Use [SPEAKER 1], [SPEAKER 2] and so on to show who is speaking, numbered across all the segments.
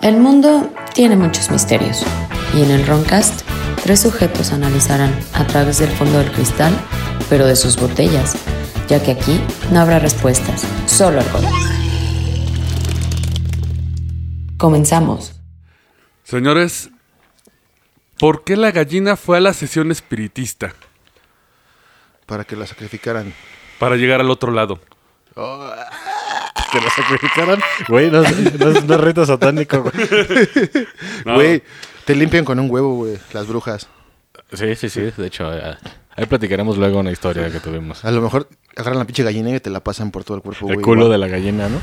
[SPEAKER 1] El mundo tiene muchos misterios y en el Roncast tres sujetos analizarán a través del fondo del cristal, pero de sus botellas, ya que aquí no habrá respuestas, solo alcohol. Comenzamos.
[SPEAKER 2] Señores, ¿por qué la gallina fue a la sesión espiritista?
[SPEAKER 3] Para que la sacrificaran.
[SPEAKER 2] Para llegar al otro lado.
[SPEAKER 4] que lo sacrificaran. Güey, no, es- no es no es reto satánico, güey.
[SPEAKER 2] No.
[SPEAKER 3] Güey, te limpian con un huevo, güey, las brujas.
[SPEAKER 4] Sí, sí, sí. De hecho, eh, ahí platicaremos luego una historia que tuvimos.
[SPEAKER 3] A lo mejor agarran la pinche gallina y te la pasan por todo el cuerpo, güey.
[SPEAKER 4] El culo de la gallina, ¿no?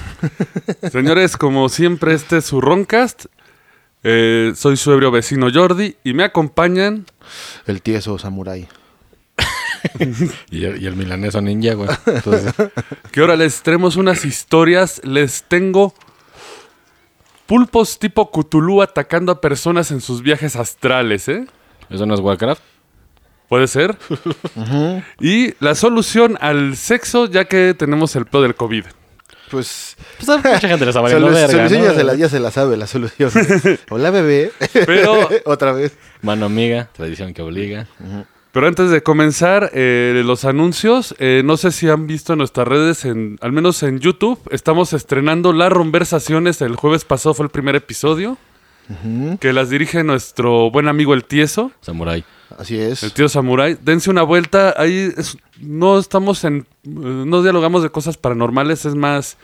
[SPEAKER 2] Señores, como siempre, este es su Roncast. Eh, soy su ebrio vecino Jordi y me acompañan.
[SPEAKER 3] El tieso samurái.
[SPEAKER 4] Y, el- y el milaneso ninja, güey. Entonces,
[SPEAKER 2] Que ahora les traemos unas historias. Les tengo pulpos tipo Cthulhu atacando a personas en sus viajes astrales, ¿eh?
[SPEAKER 4] eso no es Warcraft.
[SPEAKER 2] ¿Puede ser? Y la solución al sexo, ya que tenemos el pro del COVID.
[SPEAKER 3] Pues.
[SPEAKER 4] Pues a mucha gente les ha valido
[SPEAKER 3] solu-
[SPEAKER 4] verga,
[SPEAKER 3] solución
[SPEAKER 4] ¿no?
[SPEAKER 3] ya, se la, ya se la sabe, la solución. Hola, bebé.
[SPEAKER 2] Pero-
[SPEAKER 3] Otra vez.
[SPEAKER 4] Mano amiga, tradición que obliga.
[SPEAKER 2] Pero antes de comenzar eh, los anuncios, eh, no sé si han visto en nuestras redes, en, al menos en YouTube, estamos estrenando las conversaciones. El jueves pasado fue el primer episodio, que las dirige nuestro buen amigo el Tieso,
[SPEAKER 4] Samurai.
[SPEAKER 3] Así es.
[SPEAKER 2] el Tío Samurai. Dense una vuelta, ahí es- no estamos en, eh, no dialogamos de cosas paranormales, es más...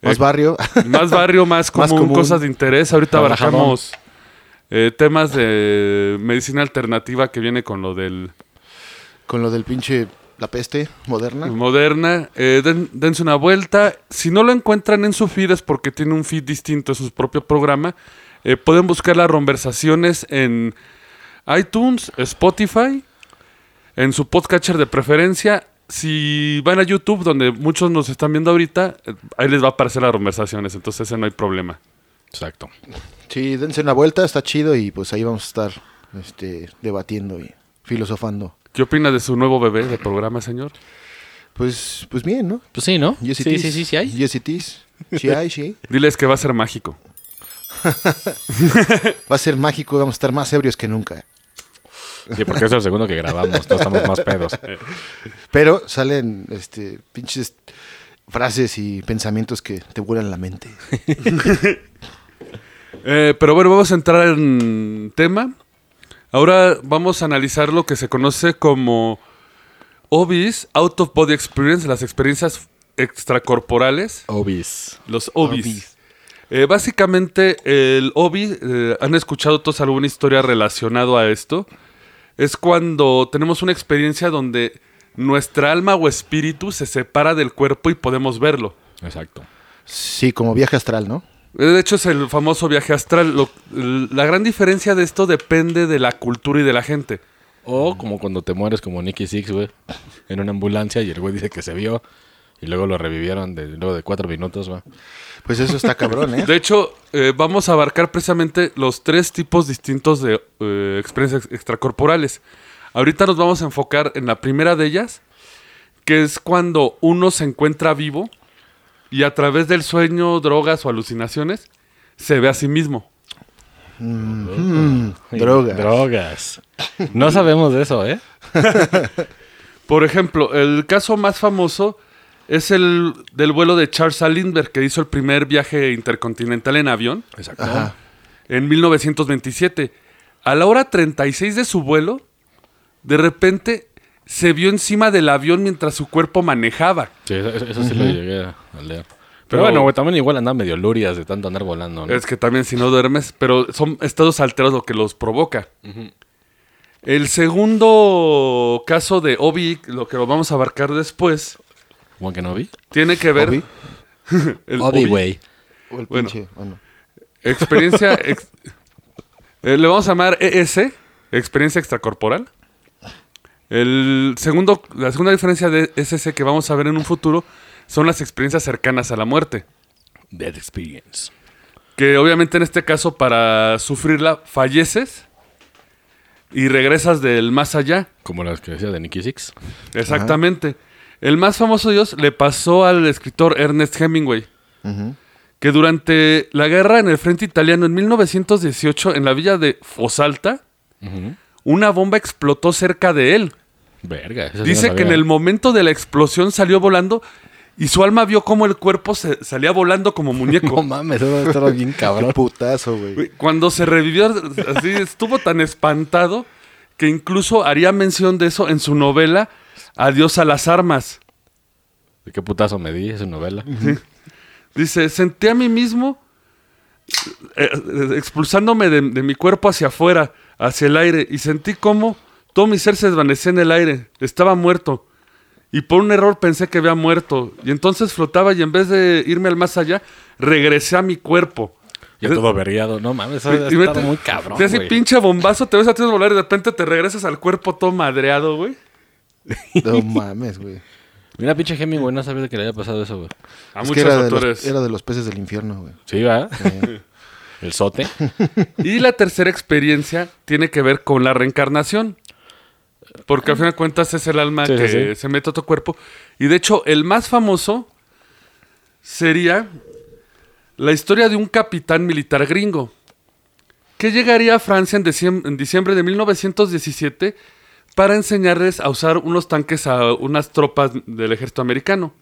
[SPEAKER 3] Más
[SPEAKER 2] eh,
[SPEAKER 3] barrio.
[SPEAKER 2] más barrio, más común,
[SPEAKER 3] Más común.
[SPEAKER 2] cosas de interés. Ahorita
[SPEAKER 4] Trabajador.
[SPEAKER 2] barajamos eh, temas de medicina alternativa que viene con lo del
[SPEAKER 3] con lo del pinche. La peste moderna.
[SPEAKER 4] Mm.
[SPEAKER 2] Moderna. Eh, den- dense una vuelta. Si no lo encuentran en su feed es porque tiene un feed distinto, es su propio programa. Eh, pueden buscar las conversaciones en iTunes, Spotify, en su podcatcher de preferencia. Si van a YouTube, donde muchos nos están viendo ahorita, eh, ahí les va a aparecer las conversaciones, entonces ese no hay problema.
[SPEAKER 4] Exacto.
[SPEAKER 3] Sí, dense una vuelta, está chido y pues ahí vamos a estar este, debatiendo y filosofando.
[SPEAKER 2] ¿Qué opina de su nuevo bebé de programa, señor?
[SPEAKER 3] Pues, pues bien, ¿no?
[SPEAKER 4] Pues sí, ¿no?
[SPEAKER 3] Yes it
[SPEAKER 4] sí,
[SPEAKER 3] is.
[SPEAKER 4] sí, sí, sí hay.
[SPEAKER 3] Yes it is. Sí hay, sí hay.
[SPEAKER 2] Diles que va a ser mágico.
[SPEAKER 3] Va a ser mágico, vamos a estar más ebrios que nunca.
[SPEAKER 4] Sí, porque es el segundo que grabamos. No estamos más pedos.
[SPEAKER 3] Pero salen este, pinches frases y pensamientos que te vuelan la mente.
[SPEAKER 2] Eh, pero bueno, vamos a entrar en tema. Ahora vamos a analizar lo que se conoce como OBIs, Out of Body Experience, las experiencias extracorporales,
[SPEAKER 4] Obis.
[SPEAKER 2] los OBIs. Eh, básicamente, el OBI, eh, han escuchado todos alguna historia relacionada a esto. Es cuando tenemos una experiencia donde nuestra alma o espíritu se separa del cuerpo y podemos verlo.
[SPEAKER 4] Exacto.
[SPEAKER 3] Sí, como viaje astral, ¿no?
[SPEAKER 2] Eh, De hecho, es el famoso viaje astral. Lo- la gran diferencia de esto depende de la cultura y de la gente.
[SPEAKER 4] O como cuando te mueres como Nicky Six, güey, en una ambulancia y el güey dice que se vio y luego lo revivieron de, luego de cuatro minutos, güey.
[SPEAKER 3] Pues eso está cabrón, ¿eh?
[SPEAKER 2] De hecho, eh, vamos a abarcar precisamente los tres tipos distintos de eh, experiencias ex- extracorporales. Ahorita nos vamos a enfocar en la primera de ellas, que es cuando uno se encuentra vivo y a través del sueño, drogas o alucinaciones, se ve a sí mismo.
[SPEAKER 3] Mm, droga.
[SPEAKER 4] Drogas. No sabemos de eso, ¿eh?
[SPEAKER 2] Por ejemplo, el caso más famoso es el del vuelo de Charles A. Lindbergh, que hizo el primer viaje intercontinental en avión
[SPEAKER 4] Exacto.
[SPEAKER 3] Ajá.
[SPEAKER 2] en 1927. A la hora 36 de su vuelo, de repente se vio encima del avión mientras su cuerpo manejaba.
[SPEAKER 4] Sí, eso, eso- eso sí lo llegué a a leer.
[SPEAKER 2] Pero-
[SPEAKER 4] Pero, bueno, güey, también igual andan medio lurias de tanto andar volando, ¿no?
[SPEAKER 2] Es que también si no duermes, pero son estados alterados lo que los provoca. El segundo caso de Obi, lo que lo vamos a abarcar después,
[SPEAKER 4] Juan Kenobi.
[SPEAKER 2] tiene que ver...
[SPEAKER 3] Obi.
[SPEAKER 2] El
[SPEAKER 4] Obi,
[SPEAKER 2] Obi.
[SPEAKER 4] güey.
[SPEAKER 3] O el
[SPEAKER 2] Bueno.
[SPEAKER 3] pinche. bueno.
[SPEAKER 2] Experiencia. ex- eh, le vamos a llamar ES, experiencia extracorporal. El segundo, la segunda diferencia de ESC que vamos a ver en un futuro son las experiencias cercanas a la muerte.
[SPEAKER 4] Dead Experience.
[SPEAKER 2] Que obviamente en este caso, para sufrirla, falleces y regresas del más allá.
[SPEAKER 4] Como las que decía de Nicky Six.
[SPEAKER 2] Exactamente. El más famoso de ellos le pasó al escritor Ernest Hemingway, que durante la guerra en el frente italiano en 1918 en la villa de Fosalta, una bomba explotó cerca de él.
[SPEAKER 4] Verga. esa sí no
[SPEAKER 2] Dice
[SPEAKER 4] la
[SPEAKER 2] que en
[SPEAKER 4] había.
[SPEAKER 2] el momento de la explosión salió volando y su alma vio cómo el cuerpo se salía volando como
[SPEAKER 4] No
[SPEAKER 2] muñeco.
[SPEAKER 4] mames, eso debe estar bien cabrón.
[SPEAKER 3] Qué putazo, güey.
[SPEAKER 2] Cuando se revivió, así estuvo tan espantado que incluso haría mención de eso en su novela Adiós a las armas.
[SPEAKER 4] ¿Qué putazo me di? Es una novela.
[SPEAKER 2] Dice, sentí a mí mismo eh, eh, expulsándome de, de mi cuerpo hacia afuera, hacia el aire, y sentí como todo mi ser se desvanecía en el aire. Estaba muerto. Y por un error pensé que había muerto. Y entonces flotaba y en vez de irme al más allá, regresé a mi cuerpo.
[SPEAKER 4] Ya todo vergueado. No mames, eso
[SPEAKER 2] Y
[SPEAKER 4] debe estar
[SPEAKER 2] vete-
[SPEAKER 4] muy cabrón.
[SPEAKER 2] Te hace
[SPEAKER 4] güey.
[SPEAKER 2] pinche bombazo, te ves a ti volar y de repente te regresas al cuerpo todo madreado, güey.
[SPEAKER 3] No mames, güey.
[SPEAKER 4] Mira, pinche Hemingway, no sabía que le había pasado eso, güey.
[SPEAKER 2] A
[SPEAKER 3] Es que
[SPEAKER 2] muchos
[SPEAKER 3] era de,
[SPEAKER 2] autores.
[SPEAKER 3] los, era de los peces del infierno, güey.
[SPEAKER 4] Sí, va. El sote.
[SPEAKER 2] Y la tercera experiencia tiene que ver con la reencarnación. Porque al final de cuentas es el alma
[SPEAKER 4] Ah. Sí, sí,
[SPEAKER 2] que
[SPEAKER 4] sí.
[SPEAKER 2] se mete a tu cuerpo. Y de hecho, el más famoso sería la historia de un capitán militar gringo que llegaría a Francia en diciem- en diciembre de 1917 para enseñarles a usar unos tanques a unas tropas del ejército americano.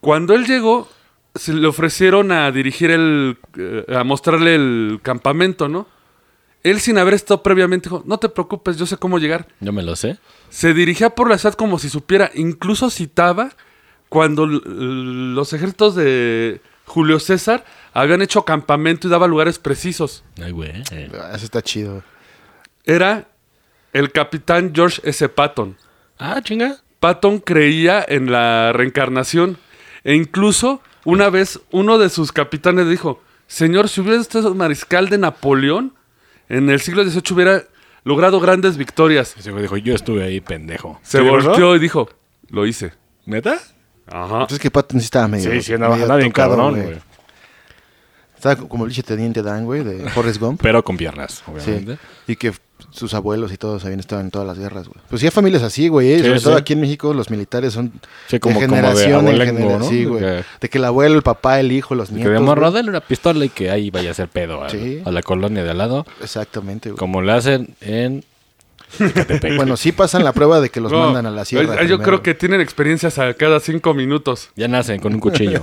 [SPEAKER 2] Cuando él llegó, se le ofrecieron a dirigir el. eh, a mostrarle el campamento, ¿no? Él, sin haber estado previamente, dijo: No te preocupes, yo sé cómo llegar.
[SPEAKER 4] Yo me lo sé.
[SPEAKER 2] Se dirigía por la ciudad como si supiera, incluso citaba cuando l- l- los ejércitos de Julio César habían hecho campamento y daba lugares precisos.
[SPEAKER 4] Ay, güey. eh.
[SPEAKER 3] Ah, Eso está chido.
[SPEAKER 2] Era el capitán George S. Patton.
[SPEAKER 4] Ah, chinga.
[SPEAKER 2] Patton creía en la reencarnación e incluso una vez uno de sus capitanes dijo, señor, si hubiera estado mariscal de Napoleón, en el siglo XVIII hubiera logrado grandes victorias.
[SPEAKER 4] Ese güey dijo, yo estuve ahí, pendejo.
[SPEAKER 2] Se
[SPEAKER 4] ¿Sí,
[SPEAKER 2] volteó y dijo, lo hice.
[SPEAKER 4] ¿Neta?
[SPEAKER 2] Ajá.
[SPEAKER 3] Entonces que Patton sí estaba medio.
[SPEAKER 4] Sí, sí, andaba,
[SPEAKER 3] medio
[SPEAKER 4] andaba bien
[SPEAKER 3] tocado,
[SPEAKER 4] cabrón, güey.
[SPEAKER 3] Estaba co- como el pinche teniente Dan, güey, de Forrest Gump.
[SPEAKER 4] Pero con piernas,
[SPEAKER 3] Sí.
[SPEAKER 4] obviamente.
[SPEAKER 3] Y que f- sus abuelos y todos habían estado en todas las guerras, güey. Pues sí, hay familias así, güey. eh.
[SPEAKER 4] Sí,
[SPEAKER 3] Sobre
[SPEAKER 4] sí.
[SPEAKER 3] todo aquí en México, los militares son
[SPEAKER 4] Sí, como-
[SPEAKER 3] de
[SPEAKER 4] como de
[SPEAKER 3] generación en
[SPEAKER 4] abuelengo,
[SPEAKER 3] generación.
[SPEAKER 4] ¿no?
[SPEAKER 3] Sí,
[SPEAKER 4] De
[SPEAKER 3] güey.
[SPEAKER 4] que-
[SPEAKER 3] De que el abuelo, el papá, el hijo, los
[SPEAKER 4] Que
[SPEAKER 3] nietos.
[SPEAKER 4] debemos
[SPEAKER 3] güey.
[SPEAKER 4] rodarle una pistola y que ahí vaya a hacer pedo al-
[SPEAKER 3] Sí.
[SPEAKER 4] a la colonia de al lado.
[SPEAKER 3] Exactamente, güey.
[SPEAKER 4] Como lo hacen en... Ecatepec.
[SPEAKER 3] Bueno, sí pasan la prueba de que los
[SPEAKER 2] No,
[SPEAKER 3] mandan a la sierra.
[SPEAKER 2] eh, Yo
[SPEAKER 3] primero.
[SPEAKER 2] creo que tienen experiencias a cada cinco minutos.
[SPEAKER 4] Ya nacen con un cuchillo.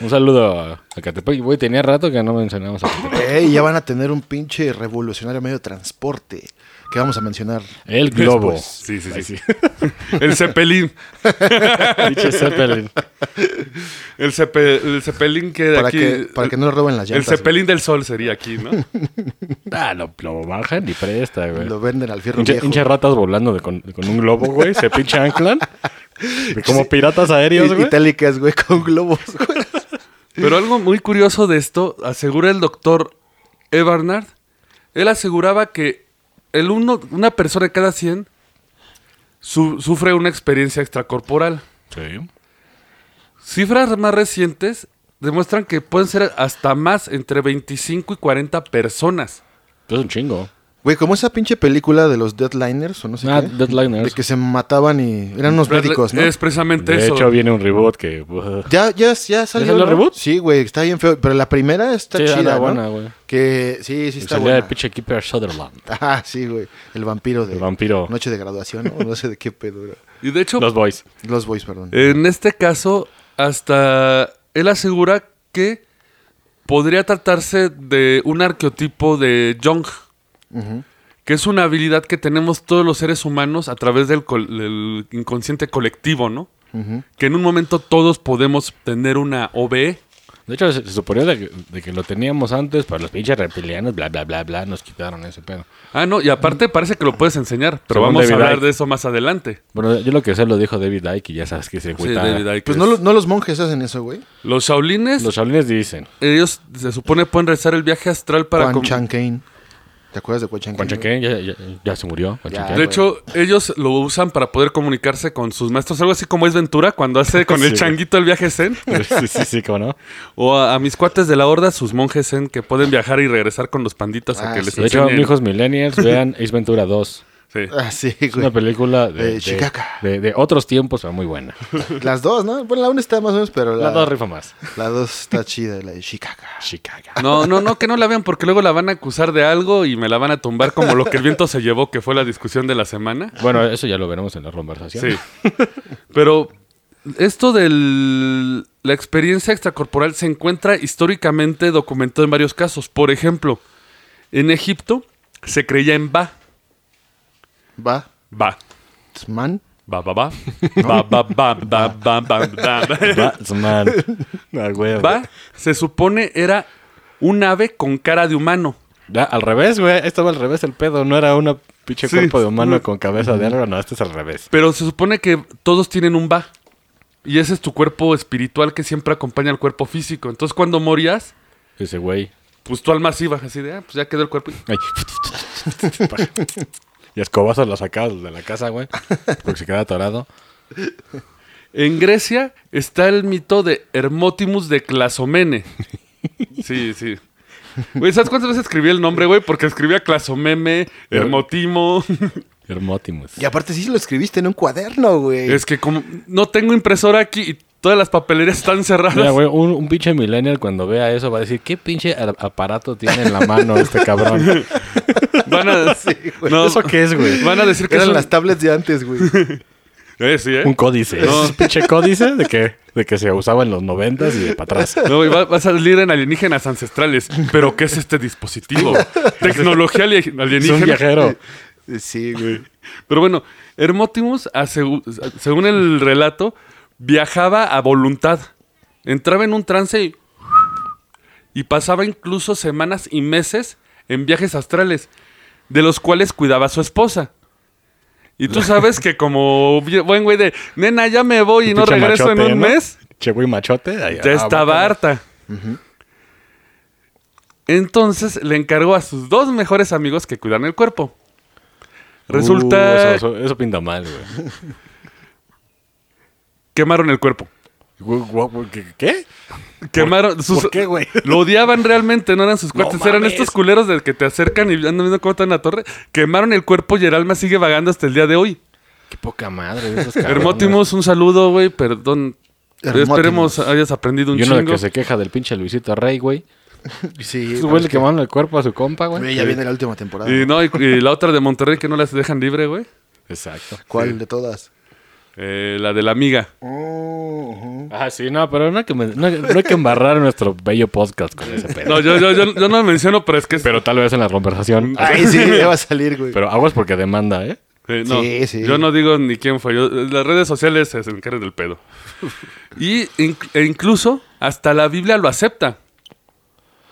[SPEAKER 4] Un saludo a Ecatepec. Güey, tenía rato que no mencionamos a Ecatepec.
[SPEAKER 3] Ey, ya van a tener un pinche revolucionario medio de transporte que vamos a mencionar.
[SPEAKER 4] El globo.
[SPEAKER 2] Sí, sí,
[SPEAKER 4] Ay,
[SPEAKER 2] sí. El Cepelín.
[SPEAKER 4] Pinche Zeppelin.
[SPEAKER 2] El, cepe- el Cepelín que de
[SPEAKER 3] Para,
[SPEAKER 2] aquí...
[SPEAKER 3] que, para que no le roben las
[SPEAKER 2] el
[SPEAKER 3] llantas.
[SPEAKER 2] Cepelín del Sol sería aquí, ¿no?
[SPEAKER 4] Ah, lo, lo bajan y presta,
[SPEAKER 3] güey.
[SPEAKER 4] güey.
[SPEAKER 3] Lo venden al fierro
[SPEAKER 4] Pinche,
[SPEAKER 3] viejo.
[SPEAKER 4] pinche ratas volando de con, con un globo, güey. Se pinche anclan. Como piratas aéreos,
[SPEAKER 3] I-
[SPEAKER 4] güey.
[SPEAKER 3] Itálicas, güey, con globos, güey.
[SPEAKER 2] Pero algo muy curioso de esto, asegura el doctor Ebarnard, él aseguraba que el uno, una persona de cada 100 su- sufre una experiencia extracorporal.
[SPEAKER 4] Sí.
[SPEAKER 2] Cifras más recientes demuestran que pueden ser hasta más, entre 25 y 40 personas.
[SPEAKER 4] Pues Es un chingo.
[SPEAKER 3] Güey, como esa pinche película de los Deadliners o no sé
[SPEAKER 4] Ah,
[SPEAKER 3] qué.
[SPEAKER 4] Deadliners.
[SPEAKER 3] De que se mataban y eran unos médicos, ¿no?
[SPEAKER 2] Es precisamente
[SPEAKER 4] De
[SPEAKER 2] eso.
[SPEAKER 4] hecho, viene un reboot que... uh,
[SPEAKER 3] Ya, ya, ya salió.
[SPEAKER 4] salió el
[SPEAKER 3] ¿no?
[SPEAKER 4] reboot?
[SPEAKER 3] Sí, güey, está bien feo. Pero la primera está
[SPEAKER 4] Sí,
[SPEAKER 3] chida,
[SPEAKER 4] anda
[SPEAKER 3] ¿no?
[SPEAKER 4] buena, güey.
[SPEAKER 3] Que sí, sí está
[SPEAKER 4] salía
[SPEAKER 3] buena.
[SPEAKER 4] el pinche Keeper Sutherland.
[SPEAKER 3] Ah, sí, güey. El vampiro de
[SPEAKER 4] El vampiro.
[SPEAKER 3] Noche de graduación, ¿no? No sé de qué pedo. era.
[SPEAKER 2] y de hecho,
[SPEAKER 4] Los boys.
[SPEAKER 3] Los Boys, perdón.
[SPEAKER 2] En este caso, hasta él asegura que podría tratarse de un arqueotipo de Jung, que es una habilidad que tenemos todos los seres humanos a través del, col- del inconsciente colectivo, ¿no? Que en un momento todos podemos tener una E. OBE.
[SPEAKER 4] De hecho, se, se suponía de que, de que lo teníamos antes para los pinches reptilianos, bla, bla, bla, bla. Nos quitaron ese pedo.
[SPEAKER 2] Ah, no, y aparte parece que lo puedes enseñar, pero
[SPEAKER 4] Según
[SPEAKER 2] vamos
[SPEAKER 4] David
[SPEAKER 2] a hablar
[SPEAKER 4] Icke.
[SPEAKER 2] de eso más adelante.
[SPEAKER 4] Bueno, yo lo que sé lo dijo David Icke y ya sabes que se
[SPEAKER 2] Sí,
[SPEAKER 4] cuenta.
[SPEAKER 2] David Icke es-
[SPEAKER 3] pues no, lo- no los monjes hacen eso, güey.
[SPEAKER 2] Los Shaolines,
[SPEAKER 4] Los chablines dicen.
[SPEAKER 2] ellos se supone pueden realizar el viaje astral para...
[SPEAKER 3] Juan
[SPEAKER 2] com-
[SPEAKER 3] Chan Kane. ¿Te acuerdas de Juan Chan Kane?
[SPEAKER 4] Juan Chanquén ya, ya, ya se murió. Juan
[SPEAKER 3] Ya.
[SPEAKER 4] Chanquén.
[SPEAKER 2] De hecho, ellos lo usan para poder comunicarse con sus maestros, algo así como es Ventura cuando hace con
[SPEAKER 4] Sí.
[SPEAKER 2] el changuito el viaje Zen,
[SPEAKER 4] sí, sí, sí, cómo no.
[SPEAKER 2] o a, a mis cuates de la horda, sus monjes Zen, que pueden viajar y regresar con los panditas a
[SPEAKER 3] Ah,
[SPEAKER 2] que
[SPEAKER 3] sí.
[SPEAKER 2] les
[SPEAKER 4] De hecho,
[SPEAKER 2] enseñen.
[SPEAKER 4] hijos millennials, vean Ace Ventura 2.
[SPEAKER 2] Sí.
[SPEAKER 3] Ah, sí,
[SPEAKER 4] Es una
[SPEAKER 3] güey.
[SPEAKER 4] película de,
[SPEAKER 3] De
[SPEAKER 4] de-
[SPEAKER 3] Chicaca.
[SPEAKER 4] De, de otros tiempos, pero muy buena.
[SPEAKER 3] Las dos, ¿no? Bueno, la una está más o menos, pero la,
[SPEAKER 4] La dos rifa más.
[SPEAKER 3] la dos está chida, la de Chicago.
[SPEAKER 4] Chicaca.
[SPEAKER 2] No, no, no, que no la vean porque luego la van a acusar de algo y me la van a tumbar como lo que el viento se llevó, que fue la discusión de la semana.
[SPEAKER 4] Bueno, eso ya lo veremos en la conversación.
[SPEAKER 2] Sí. Pero esto de la experiencia extracorporal se encuentra históricamente documentado en varios casos. Por ejemplo, en Egipto se creía en Ba.
[SPEAKER 3] Va,
[SPEAKER 2] Ba.
[SPEAKER 3] man.
[SPEAKER 2] Ba, ba, ba. Ba, ba, ba, ba, ba, ba, ba.
[SPEAKER 4] Batman. Ah, güey.
[SPEAKER 2] Ba, se supone era un ave con cara de humano.
[SPEAKER 4] Ya, al revés, güey. Estaba al revés el pedo. No era una pinche
[SPEAKER 2] Sí.
[SPEAKER 4] cuerpo de humano con cabeza de árbol. No, este es al revés.
[SPEAKER 2] Pero se supone que todos tienen un ba. Y ese es tu cuerpo espiritual que siempre acompaña al cuerpo físico. Entonces cuando morías,
[SPEAKER 4] Ese güey.
[SPEAKER 2] pues tu alma sí iba así de, ah, pues ya quedó el cuerpo.
[SPEAKER 4] Ay. y escobazos lo sacabas de la casa, güey. Porque se queda atorado.
[SPEAKER 2] En Grecia está el mito de Hermotimus de Clasomene. Sí, sí. Güey, ¿sabes cuántas veces escribí el nombre, güey? Porque escribía Clasomeme, Hermotimo.
[SPEAKER 4] Hermotimus.
[SPEAKER 3] Y aparte sí lo escribiste en un cuaderno, güey.
[SPEAKER 2] Es que como no tengo impresora aquí y todas las papelerías están cerradas.
[SPEAKER 4] Mira, güey, un, un pinche millennial cuando vea eso va a decir, ¿qué pinche a- aparato tiene en la mano este cabrón?
[SPEAKER 2] Van a,
[SPEAKER 3] güey.
[SPEAKER 2] no,
[SPEAKER 4] ¿Eso qué es, güey?
[SPEAKER 2] Van a decir que
[SPEAKER 3] Eran
[SPEAKER 2] son-
[SPEAKER 3] las tablets de antes, güey.
[SPEAKER 2] Eh, sí, ¿eh?
[SPEAKER 4] Un códice.
[SPEAKER 2] No.
[SPEAKER 4] Es un pinche códice de que, de que se usaba en los noventas y de para atrás.
[SPEAKER 2] No, güey, va, va a salir en alienígenas ancestrales. ¿Pero qué es este dispositivo? Tecnología alie-
[SPEAKER 4] Es un
[SPEAKER 2] alienígena.
[SPEAKER 4] viajero.
[SPEAKER 3] Sí, güey.
[SPEAKER 2] Pero bueno, Hermotimus, asegu- según el relato, viajaba a voluntad. Entraba en un trance y, y pasaba incluso semanas y meses en viajes astrales, de los cuales cuidaba a su esposa. Y tú sabes que como vi- buen güey de, nena, ya me voy y no
[SPEAKER 4] Pinche
[SPEAKER 2] regreso en
[SPEAKER 4] machote,
[SPEAKER 2] un
[SPEAKER 4] ¿no?
[SPEAKER 2] mes,
[SPEAKER 4] Che, güey, machote. Ay,
[SPEAKER 2] ya
[SPEAKER 4] ah,
[SPEAKER 2] estaba
[SPEAKER 4] bacana.
[SPEAKER 2] harta. Entonces le encargó a sus dos mejores amigos que cuidaran el cuerpo. Resulta...
[SPEAKER 4] Uh, eso, eso- eso pinta mal, güey.
[SPEAKER 2] quemaron el cuerpo.
[SPEAKER 4] Gu- gu- gu- ¿Qué? ¿Qué?
[SPEAKER 2] Quemaron sus...
[SPEAKER 4] ¿Por qué, güey?
[SPEAKER 2] Lo odiaban realmente, no eran sus cuates, eran
[SPEAKER 4] mames.
[SPEAKER 2] estos culeros de que te acercan y andan viendo cómo está en la torre. Quemaron el cuerpo y el alma sigue vagando hasta el día de hoy.
[SPEAKER 4] Qué poca madre. de Esos cabrones.
[SPEAKER 2] Hermótimos, un saludo, güey, perdón.
[SPEAKER 3] Hermótimos.
[SPEAKER 2] Esperemos hayas aprendido un
[SPEAKER 4] Y uno de
[SPEAKER 2] chingo.
[SPEAKER 4] que se queja del pinche Luisito Rey, güey.
[SPEAKER 3] Sí,
[SPEAKER 4] Ese güey le
[SPEAKER 3] es que-
[SPEAKER 4] quemaron el cuerpo a su compa,
[SPEAKER 3] Güey,
[SPEAKER 4] güey.
[SPEAKER 3] ya viene la última temporada.
[SPEAKER 2] Y no, y, y la otra de Monterrey que no las dejan libre, güey.
[SPEAKER 4] Exacto.
[SPEAKER 3] ¿Cuál de todas?
[SPEAKER 2] Eh, la de la amiga.
[SPEAKER 4] Ah, sí, no, pero no hay que, men- no hay- no hay que embarrar nuestro bello podcast con ese pedo.
[SPEAKER 2] No, yo, yo, yo, yo no la menciono, pero es que... es-
[SPEAKER 4] Pero tal vez en la conversación.
[SPEAKER 3] Ay, sí, ya va a salir, güey.
[SPEAKER 4] Pero aguas porque demanda, ¿eh?
[SPEAKER 2] Eh, no,
[SPEAKER 3] Sí, sí.
[SPEAKER 2] Yo no digo ni quién fue. yo- las redes sociales se encargan del pedo. y inc- e incluso hasta la Biblia lo acepta.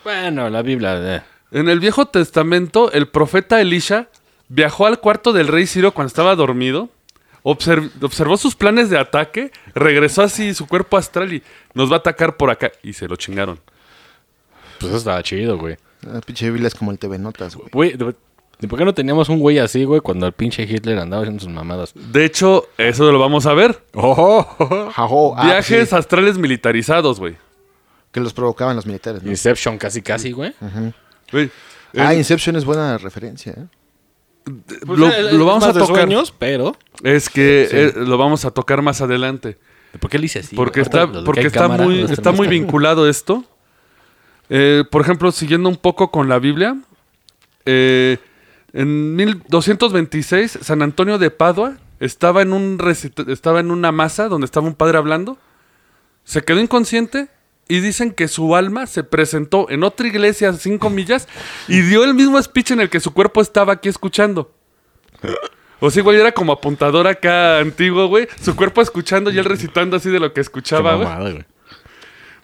[SPEAKER 4] Bueno, la Biblia. eh.
[SPEAKER 2] En el Viejo Testamento, el profeta Elisha viajó al cuarto del rey Ciro cuando estaba dormido, obser- observó sus planes de ataque, regresó así su cuerpo astral y nos va a atacar por acá. Y se lo chingaron.
[SPEAKER 4] Pues eso estaba chido, güey.
[SPEAKER 3] La Ah, pinche Biblia es como el TV Notas, güey.
[SPEAKER 4] Güey, de- de- ¿por qué no teníamos un güey así, güey, cuando el pinche Hitler andaba haciendo sus mamadas?
[SPEAKER 2] De hecho, eso lo vamos a ver.
[SPEAKER 4] ¡Oh!
[SPEAKER 3] Jajo, ah,
[SPEAKER 2] Viajes
[SPEAKER 3] sí,
[SPEAKER 2] astrales militarizados, güey.
[SPEAKER 3] que los provocaban los militares, ¿no?
[SPEAKER 4] Inception casi, casi, güey.
[SPEAKER 2] Güey,
[SPEAKER 3] Ah,
[SPEAKER 2] eh,
[SPEAKER 3] Inception es buena referencia, ¿eh?
[SPEAKER 4] Pues,
[SPEAKER 2] lo,
[SPEAKER 4] eh,
[SPEAKER 2] lo
[SPEAKER 4] es
[SPEAKER 2] vamos a
[SPEAKER 4] más de
[SPEAKER 2] tocar.
[SPEAKER 4] sueños, pero...
[SPEAKER 2] Es que eh, lo vamos a tocar más adelante.
[SPEAKER 4] ¿Por qué le hice así?
[SPEAKER 2] Porque
[SPEAKER 4] güey?
[SPEAKER 2] está,
[SPEAKER 4] Ahorita,
[SPEAKER 2] porque
[SPEAKER 4] que hay
[SPEAKER 2] está
[SPEAKER 4] cámara, este
[SPEAKER 2] muy,
[SPEAKER 4] no
[SPEAKER 2] está muy vinculado esto. Eh, por ejemplo, siguiendo un poco con la Biblia, eh, en 1226 San Antonio de Padua estaba en un recita- estaba en una masa donde estaba un padre hablando, se quedó inconsciente y dicen que su alma se presentó en otra iglesia a cinco millas y dio el mismo speech en el que su cuerpo estaba aquí escuchando. O sea, igual era como apuntador acá antiguo, güey. Su cuerpo escuchando y él recitando así de lo que
[SPEAKER 4] Qué
[SPEAKER 2] escuchaba, güey.
[SPEAKER 4] mamada, güey.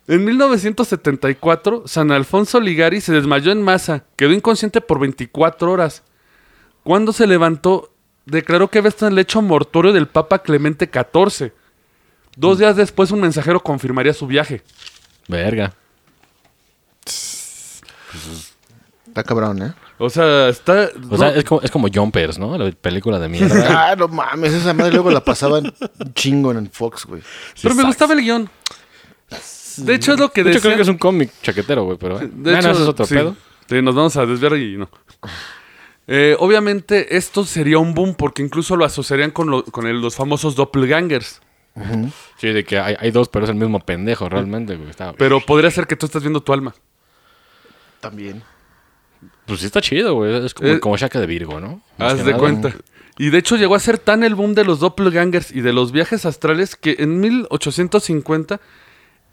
[SPEAKER 2] En 1974, San Alfonso Ligari se desmayó en masa. Quedó inconsciente por 24 horas. Cuando se levantó, declaró que había estado en el lecho mortuorio del Papa Clemente XIV. Dos días después, un mensajero confirmaría su viaje.
[SPEAKER 4] Verga.
[SPEAKER 3] Está cabrón, ¿eh?
[SPEAKER 2] O sea, está...
[SPEAKER 4] O sea, es como, es como Jumpers, ¿no? La película de mierda.
[SPEAKER 3] Ah, no mames, esa madre luego la pasaban un chingo en Fox, güey.
[SPEAKER 2] pero me
[SPEAKER 4] sucks.
[SPEAKER 2] gustaba el guión. De hecho, es lo que
[SPEAKER 4] De hecho,
[SPEAKER 2] decían-
[SPEAKER 4] creo que es un cómic chaquetero, güey, pero... eh.
[SPEAKER 2] De
[SPEAKER 4] Bueno,
[SPEAKER 2] hecho,
[SPEAKER 4] eso es otro
[SPEAKER 2] sí.
[SPEAKER 4] pedo.
[SPEAKER 2] Sí, nos vamos a desviar y no. Eh, obviamente esto sería un boom porque incluso lo asociarían con, lo- con el- los famosos doppelgangers.
[SPEAKER 4] Sí, de que hay, hay dos, pero es el mismo pendejo realmente, güey. Está-
[SPEAKER 2] Pero podría ser que tú estás viendo tu alma.
[SPEAKER 3] También.
[SPEAKER 4] pues sí está chido, güey. Es como,
[SPEAKER 2] Eh,
[SPEAKER 4] como Shaka de Virgo, ¿no? Más que
[SPEAKER 2] Haz de
[SPEAKER 4] nada.
[SPEAKER 2] cuenta. Y de hecho llegó a ser tan el boom de los doppelgangers y de los viajes astrales que en 1850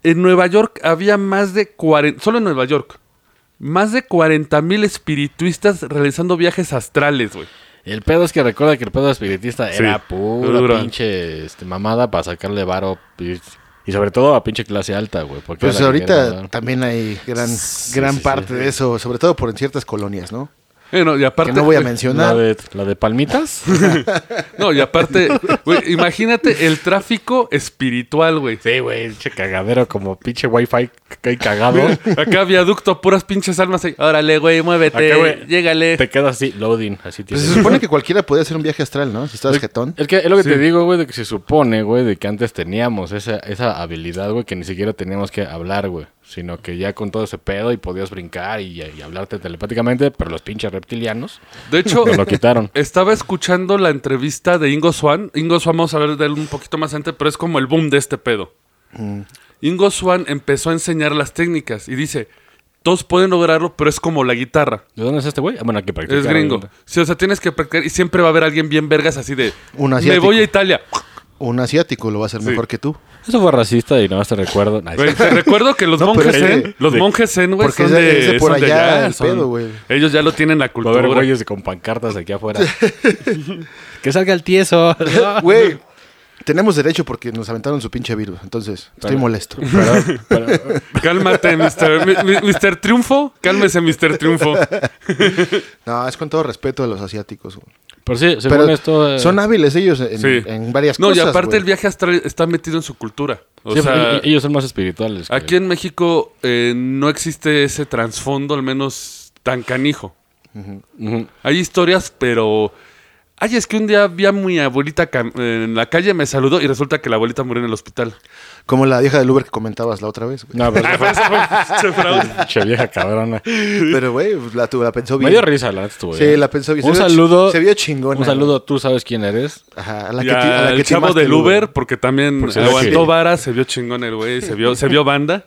[SPEAKER 2] en Nueva York había más de 40, solo en Nueva York, más de 40 mil espirituistas realizando viajes astrales, güey.
[SPEAKER 4] El pedo es que recuerda que el pedo espiritista
[SPEAKER 2] Sí,
[SPEAKER 4] era pura
[SPEAKER 2] dura.
[SPEAKER 4] pinche este, mamada para sacarle varo. Y, y sobre todo a pinche clase alta, güey. porque
[SPEAKER 3] Pues
[SPEAKER 4] era la que quería
[SPEAKER 3] ahorita
[SPEAKER 4] dar.
[SPEAKER 3] también hay gran,
[SPEAKER 4] Sí,
[SPEAKER 3] gran
[SPEAKER 4] sí,
[SPEAKER 3] parte
[SPEAKER 4] sí.
[SPEAKER 3] de eso, sobre todo por en ciertas colonias, ¿no?
[SPEAKER 2] Bueno, y aparte,
[SPEAKER 3] que no voy a
[SPEAKER 2] güey,
[SPEAKER 4] La
[SPEAKER 3] mencionar.
[SPEAKER 4] de, la de palmitas.
[SPEAKER 2] no, y aparte, güey, imagínate el tráfico espiritual, güey.
[SPEAKER 4] sí, güey. Pinche cagadero como pinche wifi que hay cagado.
[SPEAKER 2] Acá viaducto, puras pinches almas ahí. Órale, güey, muévete,
[SPEAKER 4] Acá, güey,
[SPEAKER 2] llégale.
[SPEAKER 4] Te quedas así, loading. Así
[SPEAKER 3] Pues
[SPEAKER 4] tienes.
[SPEAKER 3] se supone que cualquiera puede hacer un viaje astral, ¿no? Si estás jetón.
[SPEAKER 4] Es que es lo que
[SPEAKER 2] Sí.
[SPEAKER 4] te digo, güey, de que se supone, güey, de que antes teníamos esa, esa habilidad, güey, que ni siquiera teníamos que hablar, güey. Sino que ya con todo ese pedo y podías brincar y, y hablarte telepáticamente, pero los pinches reptilianos
[SPEAKER 2] De hecho,
[SPEAKER 4] nos lo quitaron.
[SPEAKER 2] Estaba escuchando la entrevista de Ingo Swan. Ingo Swan, vamos a hablar de él un poquito más antes, pero es como el boom de este pedo.
[SPEAKER 3] Mm.
[SPEAKER 2] Ingo Swan empezó a enseñar las técnicas y dice, todos pueden lograrlo, pero es como la guitarra.
[SPEAKER 4] ¿De dónde es este güey? Ah, Bueno, aquí practicar.
[SPEAKER 2] Es gringo. Sí, o sea, tienes que practicar y siempre va a haber alguien bien vergas así de,
[SPEAKER 3] Un
[SPEAKER 2] me
[SPEAKER 3] asiático".
[SPEAKER 2] voy a Italia.
[SPEAKER 3] Un asiático lo va a hacer
[SPEAKER 2] Sí.
[SPEAKER 3] mejor que tú.
[SPEAKER 4] Eso fue racista y nada más te recuerdo. Nah,
[SPEAKER 2] Güey, te recuerdo que los
[SPEAKER 3] No, pero
[SPEAKER 2] monjes
[SPEAKER 3] es
[SPEAKER 2] zen,
[SPEAKER 3] de-
[SPEAKER 2] los
[SPEAKER 4] de-
[SPEAKER 2] monjes zen, güey,
[SPEAKER 3] porque
[SPEAKER 2] son
[SPEAKER 3] es de-
[SPEAKER 2] de,
[SPEAKER 3] es de por
[SPEAKER 2] son de
[SPEAKER 3] allá, el
[SPEAKER 2] son-
[SPEAKER 3] pedo, güey.
[SPEAKER 2] Ellos ya lo tienen la
[SPEAKER 4] Va a haber
[SPEAKER 2] cultura.
[SPEAKER 4] güeyes con pancartas aquí afuera. que salga el tieso.
[SPEAKER 3] Güey, tenemos derecho porque nos aventaron su pinche virus. Entonces, estoy molesto.
[SPEAKER 4] Pero- pero-
[SPEAKER 2] Cálmate, Mr. mi- mi- Mr. Triunfo. Cálmese, Mr. Triunfo.
[SPEAKER 3] No, es con todo respeto a los asiáticos. güey.
[SPEAKER 4] pero sí, según
[SPEAKER 3] Pero
[SPEAKER 4] esto. eh,
[SPEAKER 3] son hábiles ellos en,
[SPEAKER 2] Sí.
[SPEAKER 3] en varias
[SPEAKER 2] No,
[SPEAKER 3] cosas.
[SPEAKER 2] y aparte
[SPEAKER 3] güey.
[SPEAKER 2] el viaje astral está metido en su cultura. O
[SPEAKER 4] sí,
[SPEAKER 2] sea,
[SPEAKER 4] e- ellos son más espirituales. que-
[SPEAKER 2] aquí en México eh, no existe ese trasfondo, al menos tan canijo.
[SPEAKER 4] Ujú.
[SPEAKER 2] Hay historias, pero... Ay, es que un día vi a mi abuelita cam- en la calle, me saludó y resulta que la abuelita murió en el hospital.
[SPEAKER 3] Como la vieja del Uber que comentabas la otra vez, güey.
[SPEAKER 4] No, pero
[SPEAKER 2] Se fraude.
[SPEAKER 4] Che vieja cabrona.
[SPEAKER 3] Pero, güey, pues, la, tu- la pensó bien.
[SPEAKER 4] Me dio risa la neta estuvo,
[SPEAKER 3] Sí,
[SPEAKER 4] ¿eh?
[SPEAKER 3] la pensó bien. Se
[SPEAKER 4] Un
[SPEAKER 3] vio chi-
[SPEAKER 4] saludo.
[SPEAKER 3] se vio chingona,
[SPEAKER 4] Un saludo, tú sabes quién eres.
[SPEAKER 3] Ajá, a la
[SPEAKER 2] Y
[SPEAKER 3] que, ti- a la
[SPEAKER 2] al
[SPEAKER 3] que
[SPEAKER 2] chavo
[SPEAKER 3] timaste
[SPEAKER 2] del
[SPEAKER 3] el
[SPEAKER 2] Uber, porque también
[SPEAKER 4] Por cierto,
[SPEAKER 2] aguantó
[SPEAKER 4] sí.
[SPEAKER 2] vara, se vio chingón el güey, se vio, se vio banda.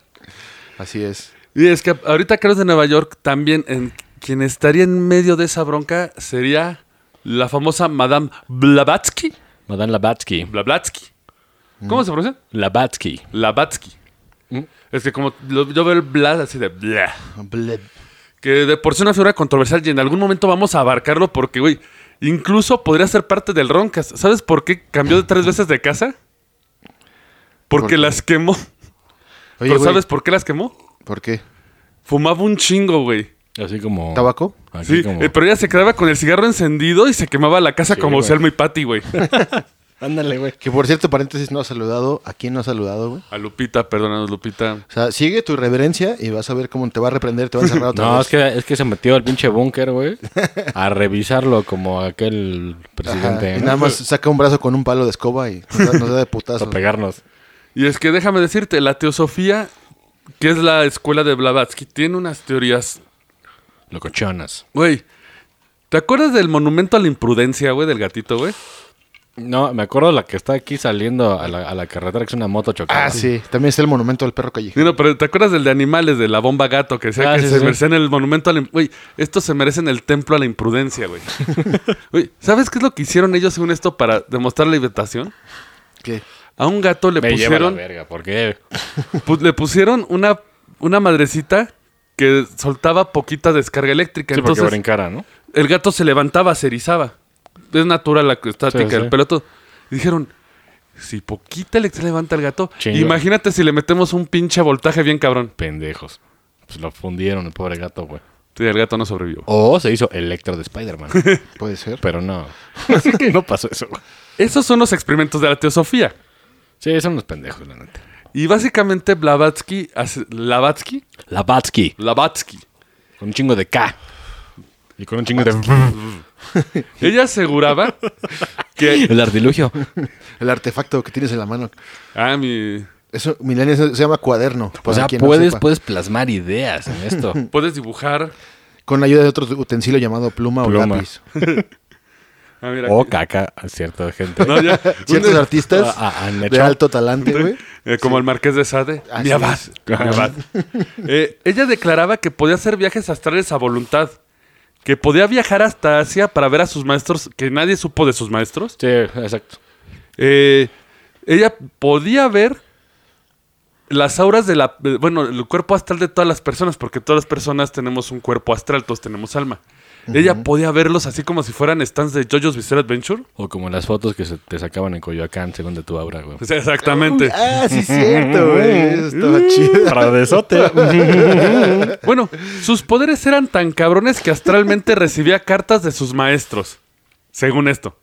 [SPEAKER 3] Así es.
[SPEAKER 2] Y es que ahorita que eres de Nueva York, también en- quien estaría en medio de esa bronca sería la famosa Madame Blavatsky.
[SPEAKER 4] Madame Labatsky.
[SPEAKER 2] Blavatsky.
[SPEAKER 3] Mm.
[SPEAKER 2] ¿Cómo se pronuncia?
[SPEAKER 4] Labatsky.
[SPEAKER 2] Lavatsky.
[SPEAKER 4] Mm.
[SPEAKER 2] Es que como lo- yo veo el bla así de bla.
[SPEAKER 3] Bleb.
[SPEAKER 2] Que de por sí una figura controversial y en algún momento vamos a abarcarlo porque, güey, incluso podría ser parte del Roncas. ¿Sabes por qué cambió de tres veces de casa? Porque
[SPEAKER 3] qué?
[SPEAKER 2] las quemó.
[SPEAKER 3] Oye,
[SPEAKER 2] ¿Pero
[SPEAKER 3] güey,
[SPEAKER 2] sabes por qué las quemó?
[SPEAKER 3] ¿por qué?
[SPEAKER 2] Fumaba un chingo, güey.
[SPEAKER 4] Así como.
[SPEAKER 3] ¿Tabaco?
[SPEAKER 4] Así
[SPEAKER 2] Sí,
[SPEAKER 4] como.
[SPEAKER 2] eh, pero ella se quedaba con el cigarro encendido y se quemaba la casa
[SPEAKER 4] Sí,
[SPEAKER 2] como
[SPEAKER 4] güey.
[SPEAKER 2] Selma y Patty, güey.
[SPEAKER 4] Ándale, güey.
[SPEAKER 3] Que por cierto, paréntesis, no ha saludado. ¿A quién no ha saludado, güey?
[SPEAKER 2] A Lupita, perdónanos, Lupita.
[SPEAKER 3] O sea, sigue tu reverencia y vas a ver cómo te va a reprender, te va a encerrar otra
[SPEAKER 4] No,
[SPEAKER 3] vez.
[SPEAKER 4] es que, es que se metió al pinche búnker, güey. A revisarlo como aquel
[SPEAKER 3] Ajá,
[SPEAKER 4] presidente.
[SPEAKER 3] y
[SPEAKER 4] ¿no?
[SPEAKER 3] nada más saca un brazo con un palo de escoba y nos da, nos da de putazo.
[SPEAKER 4] Para pegarnos.
[SPEAKER 2] Y es que déjame decirte, la teosofía, que es la escuela de Blavatsky, tiene unas teorías.
[SPEAKER 4] Locochonas.
[SPEAKER 2] Güey, ¿te acuerdas del monumento a la imprudencia, güey, del gatito, güey?
[SPEAKER 4] No, me acuerdo la que está aquí saliendo a la, a la carretera, que es una moto chocada.
[SPEAKER 3] Ah, sí. También está el monumento del perro callejero.
[SPEAKER 2] No, pero ¿te acuerdas del de animales, de la bomba gato, que decía
[SPEAKER 4] Ah,
[SPEAKER 2] que
[SPEAKER 4] sí,
[SPEAKER 2] se
[SPEAKER 4] sí.
[SPEAKER 2] merecían el monumento a la... im- Güey, estos se merecen el templo a la imprudencia, güey. Güey, ¿sabes qué es lo que hicieron ellos según esto para demostrar la invitación?
[SPEAKER 3] ¿Qué?
[SPEAKER 2] A un gato le
[SPEAKER 4] Me lleva a la
[SPEAKER 2] pusieron...
[SPEAKER 4] verga, ¿por qué?
[SPEAKER 2] Pu- Pues, le pusieron una, una madrecita que soltaba poquita descarga eléctrica.
[SPEAKER 4] Sí, porque
[SPEAKER 2] Entonces,
[SPEAKER 4] brincara, ¿no?
[SPEAKER 2] el gato se levantaba, se erizaba. Es natural la estática,
[SPEAKER 4] Sí, sí.
[SPEAKER 2] el pelo todo. Y Dijeron, si poquita electricidad levanta el gato,
[SPEAKER 4] Chingo.
[SPEAKER 2] imagínate si le metemos un pinche voltaje bien cabrón.
[SPEAKER 4] Pendejos. Pues lo fundieron, el pobre gato, güey.
[SPEAKER 2] Sí, el gato no sobrevivió.
[SPEAKER 4] O se hizo Electro de Spider-Man.
[SPEAKER 3] Puede ser.
[SPEAKER 4] pero no. Así que no pasó eso, güey.
[SPEAKER 2] Esos son los experimentos de la teosofía.
[SPEAKER 4] Sí, son unos pendejos, la neta.
[SPEAKER 2] Y básicamente Blavatsky, hace- Lavatsky,
[SPEAKER 4] Labatsky.
[SPEAKER 2] Lavatsky,
[SPEAKER 4] Con un chingo de K. Y con un chingo de...
[SPEAKER 2] ella aseguraba que...
[SPEAKER 4] El artilugio.
[SPEAKER 3] El artefacto que tienes en la mano.
[SPEAKER 2] Ah, mi...
[SPEAKER 3] Eso, Milenia, eso se llama cuaderno.
[SPEAKER 4] O
[SPEAKER 3] para
[SPEAKER 4] sea,
[SPEAKER 3] quien no
[SPEAKER 4] Ah, puedes,
[SPEAKER 3] sepa.
[SPEAKER 4] puedes plasmar ideas en esto.
[SPEAKER 2] Puedes dibujar,
[SPEAKER 3] Con la ayuda de otro utensilio llamado pluma, o
[SPEAKER 4] Pluma.
[SPEAKER 3] lápiz.
[SPEAKER 2] Ah, mira.
[SPEAKER 4] O
[SPEAKER 2] aquí-
[SPEAKER 4] caca a cierta gente.
[SPEAKER 2] No, ya.
[SPEAKER 3] Ciertos
[SPEAKER 2] Un-
[SPEAKER 3] artistas
[SPEAKER 4] Ah, ah, han
[SPEAKER 3] de
[SPEAKER 4] hecho-
[SPEAKER 3] alto talante, güey.
[SPEAKER 2] eh, como el marqués de Sade.
[SPEAKER 3] Así
[SPEAKER 2] Mi abad.
[SPEAKER 3] es.
[SPEAKER 2] mi abad. Eh, ella declaraba que podía hacer viajes astrales a voluntad. Que podía viajar hasta Asia para ver a sus maestros, que nadie supo de sus maestros.
[SPEAKER 4] Sí, exacto.
[SPEAKER 2] Eh, ella podía ver las auras de la. eh, Bueno, el cuerpo astral de todas las personas, porque todas las personas tenemos un cuerpo astral, todos tenemos alma. Ella podía verlos así como si fueran stands de JoJo's Bizarre Adventure.
[SPEAKER 4] O como las fotos que se te sacaban en Coyoacán, según de tu aura, güey.
[SPEAKER 2] O sea, exactamente.
[SPEAKER 3] Ah, sí, cierto, güey. Eso estaba chido.
[SPEAKER 2] Bueno, sus poderes eran tan cabrones que astralmente recibía cartas de sus maestros. Según esto.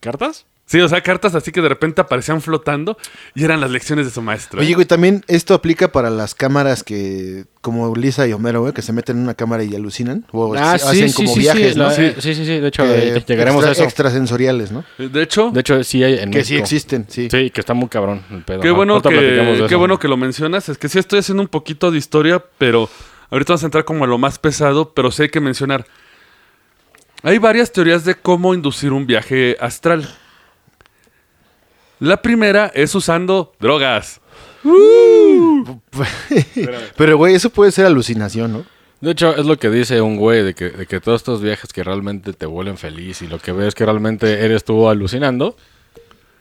[SPEAKER 4] ¿Cartas?
[SPEAKER 2] Sí, o sea, cartas así que de repente aparecían flotando y eran las lecciones de su maestro. ¿eh?
[SPEAKER 3] Oye, güey, también esto aplica para las cámaras que, como Lisa y Homero, güey, que se meten en una cámara y alucinan. O
[SPEAKER 4] Ah,
[SPEAKER 3] hace- Pues
[SPEAKER 4] sí,
[SPEAKER 3] hacen
[SPEAKER 4] sí,
[SPEAKER 3] como
[SPEAKER 4] sí,
[SPEAKER 3] viajes,
[SPEAKER 4] sí,
[SPEAKER 3] ¿no?
[SPEAKER 4] la-
[SPEAKER 2] Sí.
[SPEAKER 4] eh, sí, sí, sí. De hecho,
[SPEAKER 3] Que
[SPEAKER 4] eh, llegaremos
[SPEAKER 3] extra-
[SPEAKER 4] a eso.
[SPEAKER 3] Extrasensoriales, ¿no?
[SPEAKER 2] De hecho,
[SPEAKER 4] De hecho, sí hay en
[SPEAKER 3] Que sí
[SPEAKER 4] México.
[SPEAKER 3] existen, sí.
[SPEAKER 4] Sí, que está muy cabrón el pedo.
[SPEAKER 2] Qué
[SPEAKER 4] Ah,
[SPEAKER 2] bueno,
[SPEAKER 4] ahorita platicamos de
[SPEAKER 2] que, qué
[SPEAKER 4] eso.
[SPEAKER 2] bueno que lo mencionas. Es que sí estoy haciendo un poquito de historia, pero ahorita vamos a entrar como a lo más pesado, pero sí hay que mencionar. Hay varias teorías de cómo inducir un viaje astral. La primera es usando drogas.
[SPEAKER 3] Pero, güey, eso puede ser alucinación, ¿no?
[SPEAKER 4] De hecho, es lo que dice un güey, de que, de que todos estos viajes que realmente te vuelven feliz y lo que ves que realmente eres tú alucinando,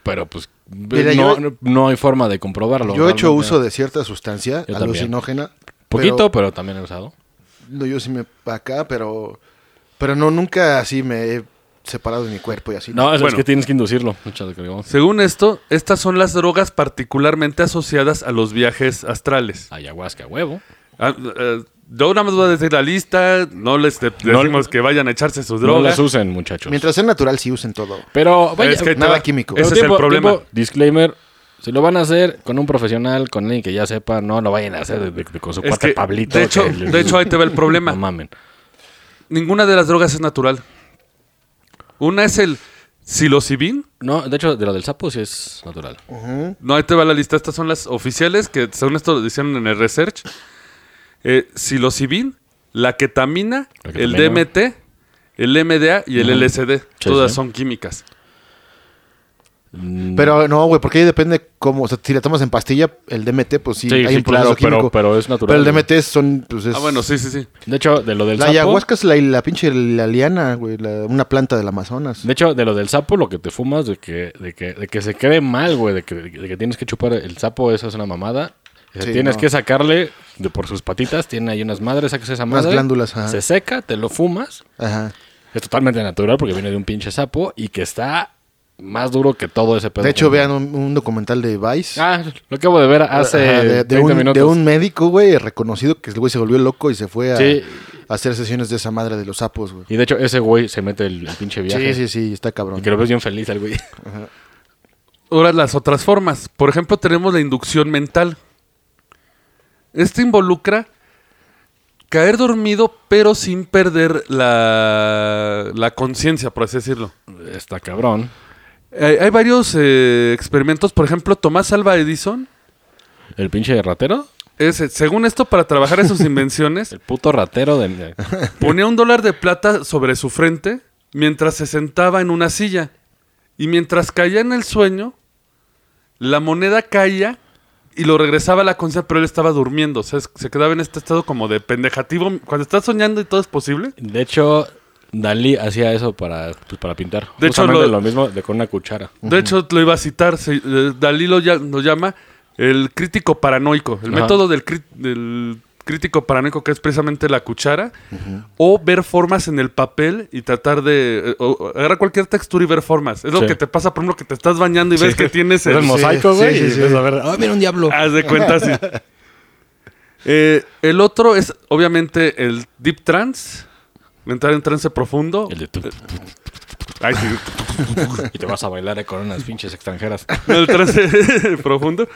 [SPEAKER 4] pero pues
[SPEAKER 3] Mira,
[SPEAKER 4] no,
[SPEAKER 3] yo-
[SPEAKER 4] no hay forma de comprobarlo.
[SPEAKER 3] Yo he hecho
[SPEAKER 4] realmente.
[SPEAKER 3] uso de cierta sustancia
[SPEAKER 4] Yo también.
[SPEAKER 3] alucinógena.
[SPEAKER 4] Poquito,
[SPEAKER 3] pero-
[SPEAKER 4] pero, también he usado.
[SPEAKER 3] No, yo sí me acá, pero pero no nunca así me he separado de mi cuerpo y así.
[SPEAKER 4] No, es, es
[SPEAKER 2] Bueno.
[SPEAKER 4] que tienes que inducirlo. mucho de que digamos.
[SPEAKER 2] Según esto, estas son las drogas particularmente asociadas a los viajes astrales.
[SPEAKER 4] Ayahuasca, huevo.
[SPEAKER 2] Ah, eh, yo nada más voy a decir la lista. No les de-
[SPEAKER 4] No-
[SPEAKER 2] decimos que vayan a echarse sus
[SPEAKER 4] No las
[SPEAKER 2] drogas.
[SPEAKER 4] usen, muchachos.
[SPEAKER 3] Mientras sea natural sí usen todo.
[SPEAKER 4] Pero vaya,
[SPEAKER 2] Es que ahí te
[SPEAKER 3] nada
[SPEAKER 2] va.
[SPEAKER 3] químico.
[SPEAKER 2] Ese
[SPEAKER 4] Pero
[SPEAKER 2] es el
[SPEAKER 4] tipo-
[SPEAKER 2] problema.
[SPEAKER 4] tipo, disclaimer. Si lo van a hacer con un profesional, con alguien que ya sepa, no lo vayan a hacer de- de- con su
[SPEAKER 2] Es
[SPEAKER 4] cuate
[SPEAKER 2] que,
[SPEAKER 4] Pablito.
[SPEAKER 2] de hecho-
[SPEAKER 4] que le-
[SPEAKER 2] de hecho, ahí te va el problema.
[SPEAKER 4] No mamen.
[SPEAKER 2] Ninguna de las drogas es natural. Una es el psilocibin.
[SPEAKER 4] No, de hecho, de lo del sapo sí es natural.
[SPEAKER 2] No, ahí te va la lista. Estas son las oficiales que según esto lo hicieron en el research. Eh, psilocibin, la ketamina,
[SPEAKER 4] La
[SPEAKER 2] el
[SPEAKER 4] ketamina.
[SPEAKER 2] DMT, el MDA y el LSD.
[SPEAKER 4] Sí,
[SPEAKER 2] Todas
[SPEAKER 4] sí.
[SPEAKER 2] son químicas. Ah,
[SPEAKER 4] Mm,
[SPEAKER 3] Pero no, güey, porque ahí depende cómo, o sea, si la tomas en pastilla, el DMT pues sí,
[SPEAKER 4] Sí,
[SPEAKER 3] hay
[SPEAKER 4] sí,
[SPEAKER 3] un proceso
[SPEAKER 4] claro, pero-
[SPEAKER 3] químico.
[SPEAKER 4] pero es natural,
[SPEAKER 3] Pero el
[SPEAKER 4] güey.
[SPEAKER 3] DMT son pues es
[SPEAKER 2] Ah, bueno, sí, sí, sí.
[SPEAKER 4] De hecho, de lo del
[SPEAKER 3] La
[SPEAKER 4] sapo.
[SPEAKER 3] ayahuasca es la, la pinche la liana, güey, la- una planta del Amazonas.
[SPEAKER 4] De hecho, de lo del sapo, lo que te fumas, de que, de que, de que se quede mal, güey, de que, de que tienes que chupar el sapo, esa es una mamada. Eh,
[SPEAKER 3] Sí,
[SPEAKER 4] tienes
[SPEAKER 3] no.
[SPEAKER 4] que sacarle de por sus patitas, tiene ahí unas madres, sacas esa
[SPEAKER 3] Unas
[SPEAKER 4] madre.
[SPEAKER 3] glándulas, ajá.
[SPEAKER 4] Se seca, te lo fumas.
[SPEAKER 3] Ajá.
[SPEAKER 4] Es totalmente natural porque viene de un pinche sapo y que está más duro que todo ese pedo.
[SPEAKER 3] De hecho, vean un, un documental de Vice.
[SPEAKER 4] Ah, lo acabo de ver hace
[SPEAKER 3] Ajá, de, de
[SPEAKER 4] 30
[SPEAKER 3] un,
[SPEAKER 4] minutos.
[SPEAKER 3] de un médico, güey, reconocido que el güey se volvió loco y se fue a,
[SPEAKER 4] Sí.
[SPEAKER 3] a hacer sesiones de esa madre de los sapos, güey.
[SPEAKER 4] Y de hecho, ese güey se mete el, el pinche viaje.
[SPEAKER 3] Sí, sí, sí, está cabrón.
[SPEAKER 4] Y que lo ves bien feliz al güey.
[SPEAKER 2] Ahora las otras formas. Por ejemplo, tenemos la inducción mental. Este involucra caer dormido, pero sin perder la, la conciencia, por así decirlo.
[SPEAKER 4] Está cabrón.
[SPEAKER 2] Hay, hay varios eh, experimentos, por ejemplo, Tomás Alva Edison,
[SPEAKER 4] El pinche ratero.
[SPEAKER 2] es, eh, según esto, para trabajar en sus invenciones,
[SPEAKER 4] El puto ratero de.
[SPEAKER 2] ponía un dólar de plata sobre su frente mientras se sentaba en una silla. Y mientras caía en el sueño, la moneda caía y lo regresaba a la conciencia, pero él estaba durmiendo. O sea, es- se quedaba en este estado como de pendejativo. Cuando estás soñando y todo es posible.
[SPEAKER 4] De hecho, Dalí hacía eso para, pues, para pintar.
[SPEAKER 2] De hecho,
[SPEAKER 4] Justamente
[SPEAKER 2] lo-
[SPEAKER 4] lo... mismo de con una cuchara.
[SPEAKER 2] De hecho, lo iba a citar. se- eh, Dalí lo, ya- lo llama el crítico paranoico. El
[SPEAKER 4] Ajá.
[SPEAKER 2] método del, cri- del crítico paranoico, que es precisamente la cuchara, o ver formas en el papel y tratar de. eh, o- agarrar cualquier textura y ver formas. Es lo
[SPEAKER 4] Sí.
[SPEAKER 2] que te pasa, por ejemplo, que te estás bañando y ves que tienes
[SPEAKER 4] Era
[SPEAKER 2] el.
[SPEAKER 4] el
[SPEAKER 3] Sí,
[SPEAKER 4] mosaico, güey.
[SPEAKER 3] sí, sí,
[SPEAKER 4] y
[SPEAKER 3] sí.
[SPEAKER 4] ves, a ver, ah, mira un diablo.
[SPEAKER 2] Haz de cuenta, sí. Eh, el otro es, obviamente, el deep trance. Entrar en trance profundo.
[SPEAKER 4] El de tu-
[SPEAKER 2] Ay, sí.
[SPEAKER 4] y te vas a bailar eh, con unas pinches extranjeras.
[SPEAKER 2] el trance profundo.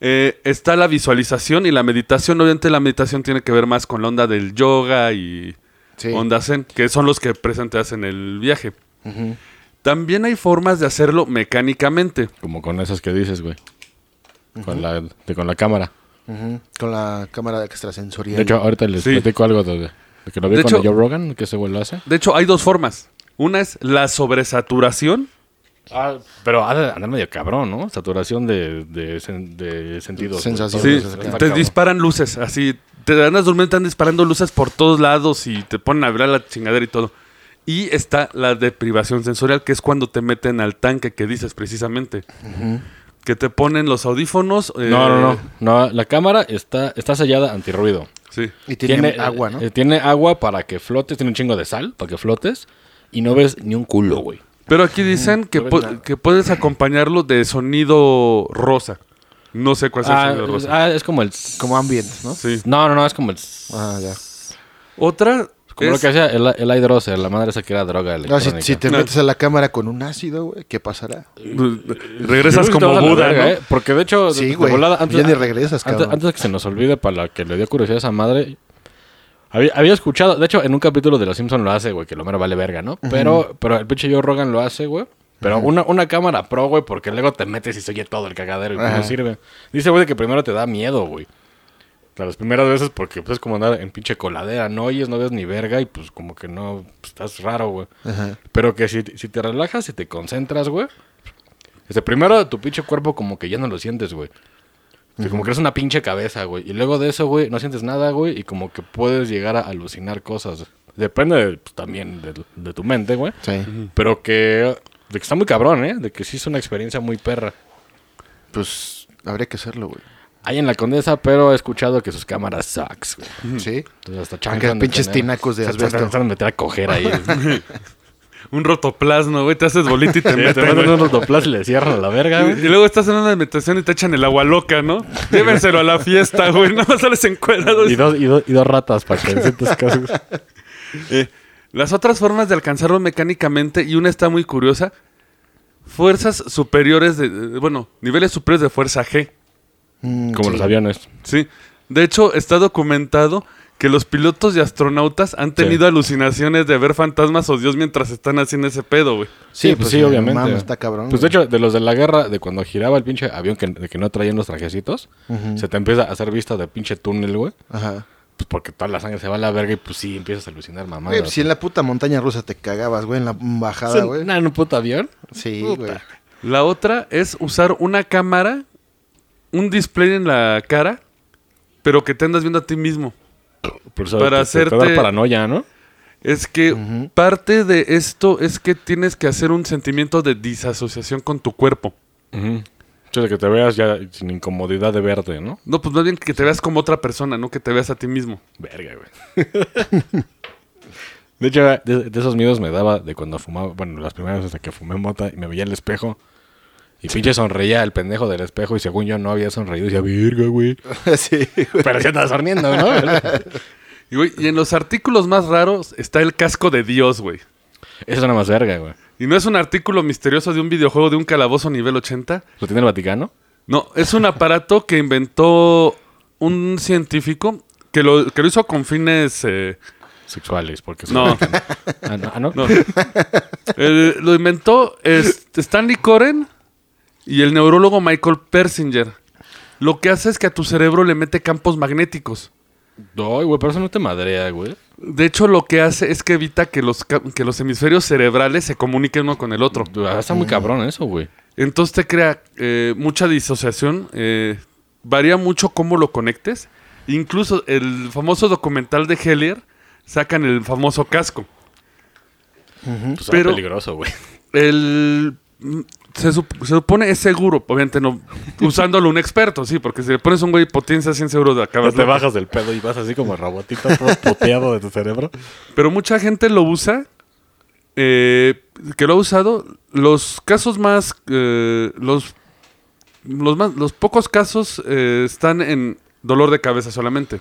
[SPEAKER 2] Eh, está la visualización y la meditación. Obviamente la meditación tiene que ver más con la onda del yoga y
[SPEAKER 3] Sí.
[SPEAKER 2] onda zen, que son los que presente hacen el viaje. También hay formas de hacerlo mecánicamente.
[SPEAKER 4] Como con esas que dices, güey. Con, la, de- con la cámara.
[SPEAKER 3] Ujú, Con la cámara extrasensorial.
[SPEAKER 4] De hecho, ahorita les
[SPEAKER 2] Sí.
[SPEAKER 4] platico algo de, Que lo vi
[SPEAKER 2] De
[SPEAKER 4] con
[SPEAKER 2] hecho-
[SPEAKER 4] Joe Rogan, que ese güey lo hace.
[SPEAKER 2] De hecho, hay dos formas. Una es la sobresaturación.
[SPEAKER 4] pero ha de andar medio cabrón, ¿no? Saturación de, de, sen- de sentidos. güey.
[SPEAKER 3] Sensaciones.
[SPEAKER 2] Sí,
[SPEAKER 3] Sí, sí, sí.
[SPEAKER 2] te disparan luces, así. Te andas durmiendo, te están disparando luces por todos lados y te ponen a ver la chingadera y todo. Y está la deprivación sensorial, que es cuando te meten al tanque que dices precisamente. Que te ponen los audífonos. eh,
[SPEAKER 4] No, no, no, no. La cámara está, está sellada antirruido.
[SPEAKER 2] Sí.
[SPEAKER 3] Y tiene, agua, ¿no?
[SPEAKER 4] eh, tiene agua para que flotes, tiene un chingo de sal para que flotes y no ves ni un culo, güey.
[SPEAKER 2] Pero aquí dicen que,
[SPEAKER 4] no ves
[SPEAKER 2] pu-
[SPEAKER 4] nada.
[SPEAKER 2] que puedes acompañarlo de sonido rosa. No sé cuál es el
[SPEAKER 4] Ah,
[SPEAKER 2] sonido rosa.
[SPEAKER 4] ah, es como el...
[SPEAKER 3] Como ambient, ¿no?
[SPEAKER 2] Sí.
[SPEAKER 4] No, no, no, es como el...
[SPEAKER 3] Ah, ya.
[SPEAKER 2] Otra.
[SPEAKER 4] Como lo
[SPEAKER 2] es-
[SPEAKER 4] que hacía el, el hydroser, la madre esa que era droga
[SPEAKER 3] No, si,
[SPEAKER 4] electrónica.
[SPEAKER 3] si te
[SPEAKER 2] No.
[SPEAKER 3] metes a la cámara con un ácido, güey, ¿qué pasará?
[SPEAKER 2] eh, Regresas
[SPEAKER 4] Yo creo que te vas
[SPEAKER 2] como
[SPEAKER 4] a la
[SPEAKER 2] Buda,
[SPEAKER 4] verga,
[SPEAKER 2] ¿no?
[SPEAKER 4] ¿eh? Porque de hecho,
[SPEAKER 3] Sí,
[SPEAKER 4] de
[SPEAKER 3] güey.
[SPEAKER 4] volada,
[SPEAKER 3] Ya ni regresas,
[SPEAKER 4] antes,
[SPEAKER 3] cabrón.
[SPEAKER 4] antes de que se nos olvide, para la que le dio curiosidad a esa madre, había, había escuchado, de hecho, en un capítulo de Los Simpsons lo hace, güey, que lo mero vale verga, ¿no? Pero, pero el pinche Joe Rogan lo hace, güey. Pero una, una cámara pro, güey, porque luego te metes y se oye todo el cagadero y pues, no
[SPEAKER 3] Ajá.
[SPEAKER 4] sirve. Dice, güey, que primero te da miedo, güey. O sea, Las primeras veces porque pues es como andar en pinche coladera, no oyes, no ves ni verga y pues como que no, pues, estás raro, güey.
[SPEAKER 3] Ajá.
[SPEAKER 4] Pero que si, si te relajas y te concentras, güey. Este, primero tu pinche cuerpo como que ya no lo sientes, güey. O sea, Como que eres una pinche cabeza, güey. Y luego de eso, güey, no sientes nada, güey. Y como que puedes llegar a alucinar cosas. Depende de- pues, también de, de tu mente, güey.
[SPEAKER 3] Sí.
[SPEAKER 4] Pero que, de que está muy cabrón, ¿eh? De que sí es una experiencia muy perra.
[SPEAKER 3] Pues habría que hacerlo, güey.
[SPEAKER 4] Hay en la condesa, pero he escuchado que sus cámaras sucks, güey.
[SPEAKER 3] Sí.
[SPEAKER 4] Entonces hasta
[SPEAKER 3] Acá
[SPEAKER 4] chancas.
[SPEAKER 3] pinches tinacos de
[SPEAKER 4] Se
[SPEAKER 3] asbesto.
[SPEAKER 4] a meter a coger ahí.
[SPEAKER 2] Un rotoplasma, güey. Te haces bolita y te
[SPEAKER 4] te
[SPEAKER 2] meten.
[SPEAKER 4] meten
[SPEAKER 2] güey.
[SPEAKER 4] unos doplas y le cierran la verga, güey.
[SPEAKER 2] Y, y luego estás en una meditación y te echan el agua loca, ¿no? Llévenselo a la fiesta, güey. No más sales encuerado.
[SPEAKER 4] Y dos, y dos, y dos ratas para que sientas cosas.
[SPEAKER 2] Eh, las otras formas de alcanzarlo mecánicamente, y una está muy curiosa, fuerzas superiores de... eh, Bueno, niveles superiores de fuerza G,
[SPEAKER 3] Mm,
[SPEAKER 4] Como
[SPEAKER 3] sí.
[SPEAKER 4] los aviones.
[SPEAKER 2] ¿sí? De hecho, está documentado que los pilotos y astronautas han tenido alucinaciones de ver fantasmas o Dios mientras están haciendo ese pedo, güey.
[SPEAKER 3] Sí, pues sí,
[SPEAKER 4] no
[SPEAKER 3] obviamente. está cabrón.
[SPEAKER 4] Pues de
[SPEAKER 3] güey.
[SPEAKER 4] hecho, de los de la guerra, de cuando giraba el pinche avión que, de que no traían los trajecitos, se te empieza a hacer vista de pinche túnel, güey.
[SPEAKER 3] Ajá.
[SPEAKER 4] Pues porque toda la sangre se va a la verga y pues sí, empiezas a alucinar, mamá.
[SPEAKER 3] Güey, pues, si en la puta montaña rusa te cagabas, güey, en la bajada, güey.
[SPEAKER 4] en un puto avión?
[SPEAKER 3] Sí,
[SPEAKER 4] Puta.
[SPEAKER 3] güey.
[SPEAKER 2] La otra es usar una cámara, un display en la cara, pero que te andas viendo a ti mismo.
[SPEAKER 4] Por eso
[SPEAKER 2] Para
[SPEAKER 4] Pues, te- te- te da
[SPEAKER 2] hacerte-
[SPEAKER 4] paranoia, ¿no?
[SPEAKER 2] Es que parte de esto es que tienes que hacer un sentimiento de disasociación con tu cuerpo.
[SPEAKER 4] O sea, que te veas ya sin incomodidad de verte, ¿no?
[SPEAKER 2] No, pues más bien que te veas como otra persona, no que te veas a ti mismo.
[SPEAKER 4] Verga, güey. De hecho, de, de esos miedos me daba de cuando fumaba, bueno, las primeras veces que fumé mota y me veía el espejo. Y pinche sonreía el pendejo del espejo y según yo no había sonreído, decía, verga, güey.
[SPEAKER 3] sí, güey.
[SPEAKER 4] Pero ya andaba sonriendo, ¿no?
[SPEAKER 2] Y, güey, y en los artículos más raros está el casco de Dios, güey.
[SPEAKER 4] Eso nada más verga, güey.
[SPEAKER 2] Y no es un artículo misterioso de un videojuego de un calabozo nivel 80.
[SPEAKER 4] ¿Lo tiene el Vaticano?
[SPEAKER 2] No, es un aparato que inventó un científico que lo, que lo hizo con fines... eh,
[SPEAKER 4] Sexuales, porque... son-
[SPEAKER 2] Pues, no,
[SPEAKER 4] Ah, no. ah, no.
[SPEAKER 2] no. Eh, lo inventó este, Stanley Coren y el neurólogo Michael Persinger. Lo que hace es que a tu cerebro le mete campos magnéticos.
[SPEAKER 4] Ay, güey, pero eso no te madrea, güey.
[SPEAKER 2] De hecho, lo que hace es que evita que los, ca- que los hemisferios cerebrales se comuniquen uno con el otro.
[SPEAKER 4] Ah, Está muy cabrón eso, güey.
[SPEAKER 2] Entonces te crea eh, mucha disociación. eh, varía mucho cómo lo conectes. Incluso el famoso documental de Hellier sacan el famoso casco.
[SPEAKER 4] Pues
[SPEAKER 2] Pero-
[SPEAKER 4] pero... peligroso, güey.
[SPEAKER 2] El, mm, se, sup- se supone es seguro, obviamente no usándolo un experto, sí, porque si le pones un güey potencia 100 euros de acabas
[SPEAKER 4] Te
[SPEAKER 2] loco.
[SPEAKER 4] bajas del pedo y vas así como robotito, todo poteado de tu cerebro.
[SPEAKER 2] Pero mucha gente lo usa. eh, que lo ha usado. Los casos más. eh, los, los, más los pocos casos eh, están en dolor de cabeza solamente.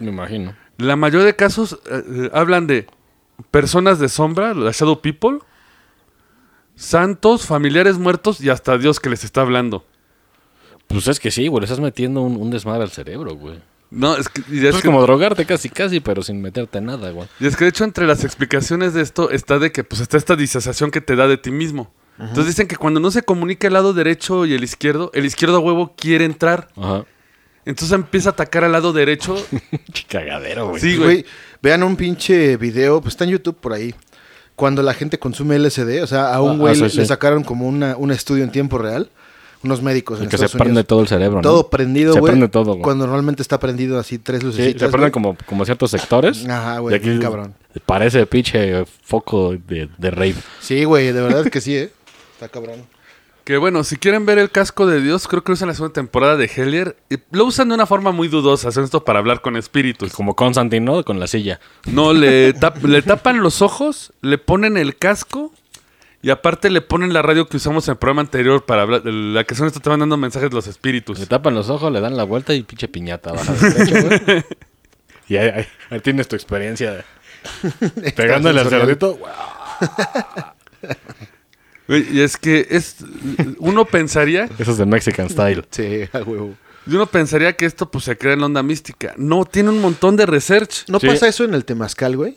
[SPEAKER 4] Me imagino.
[SPEAKER 2] La mayoría de casos eh, eh, hablan de personas de sombra, las Shadow People, santos, familiares muertos y hasta Dios que les está hablando.
[SPEAKER 4] Pues es que sí, güey, le estás metiendo un, un desmadre al cerebro, güey.
[SPEAKER 2] No, es que, y
[SPEAKER 4] Es,
[SPEAKER 2] es que-
[SPEAKER 4] Pues como drogarte casi, casi, pero sin meterte nada, güey.
[SPEAKER 2] Y es que de hecho entre las explicaciones de esto está de que pues está esta disociación que te da de ti mismo. Entonces dicen que cuando no se comunica el lado derecho y el izquierdo, el izquierdo a huevo quiere entrar.
[SPEAKER 4] Ajá.
[SPEAKER 2] Entonces empieza a atacar al lado derecho.
[SPEAKER 4] Qué cagadero, güey.
[SPEAKER 2] Sí,
[SPEAKER 3] Pues, güey.
[SPEAKER 2] güey.
[SPEAKER 3] Vean un pinche video, pues está en YouTube por ahí. Cuando la gente consume LSD, o sea, a
[SPEAKER 4] Ah,
[SPEAKER 3] un güey
[SPEAKER 4] sí,
[SPEAKER 3] le-
[SPEAKER 4] sí.
[SPEAKER 3] le sacaron como una, un estudio en tiempo real, unos médicos en
[SPEAKER 4] El que se
[SPEAKER 3] Estados
[SPEAKER 4] prende
[SPEAKER 3] Unidos.
[SPEAKER 4] todo el cerebro, ¿no?
[SPEAKER 3] Todo prendido,
[SPEAKER 4] Se
[SPEAKER 3] güey.
[SPEAKER 4] prende todo, güey.
[SPEAKER 3] Cuando normalmente está prendido así tres
[SPEAKER 4] Sí,
[SPEAKER 3] lucecitas.
[SPEAKER 4] se
[SPEAKER 3] güey.
[SPEAKER 4] prenden como, como ciertos sectores.
[SPEAKER 3] Ajá, güey,
[SPEAKER 4] Y aquí
[SPEAKER 3] bien cabrón.
[SPEAKER 4] Parece pinche foco de, de rave.
[SPEAKER 3] Sí, güey, de verdad que sí, ¿eh? Está cabrón.
[SPEAKER 2] Que bueno, si quieren ver el casco de Dios, creo que lo usan en la segunda temporada de Hellier. Y lo usan de una forma muy dudosa. Hacen esto para hablar con espíritus.
[SPEAKER 4] Como Constantino con la silla.
[SPEAKER 2] No, le, tap- le tapan los ojos, le ponen el casco y aparte le ponen la radio que usamos en el programa anterior para hablar. La que son estos te van dando mensajes de los espíritus.
[SPEAKER 4] Pues Le tapan los ojos, le dan la vuelta y pinche piñata baja del techo, güey. Y ahí, ahí- ahí tienes tu experiencia de pegándole al
[SPEAKER 3] Extrasensorial.
[SPEAKER 4] cerdito. Guau.
[SPEAKER 2] Güey, Y es que es, uno pensaría,
[SPEAKER 4] Eso es de Mexican Style.
[SPEAKER 3] Sí, a huevo.
[SPEAKER 2] y uno pensaría que esto pues se crea en la onda mística. No, tiene un montón de research.
[SPEAKER 3] ¿No
[SPEAKER 4] Sí.
[SPEAKER 3] pasa eso en el temazcal, güey?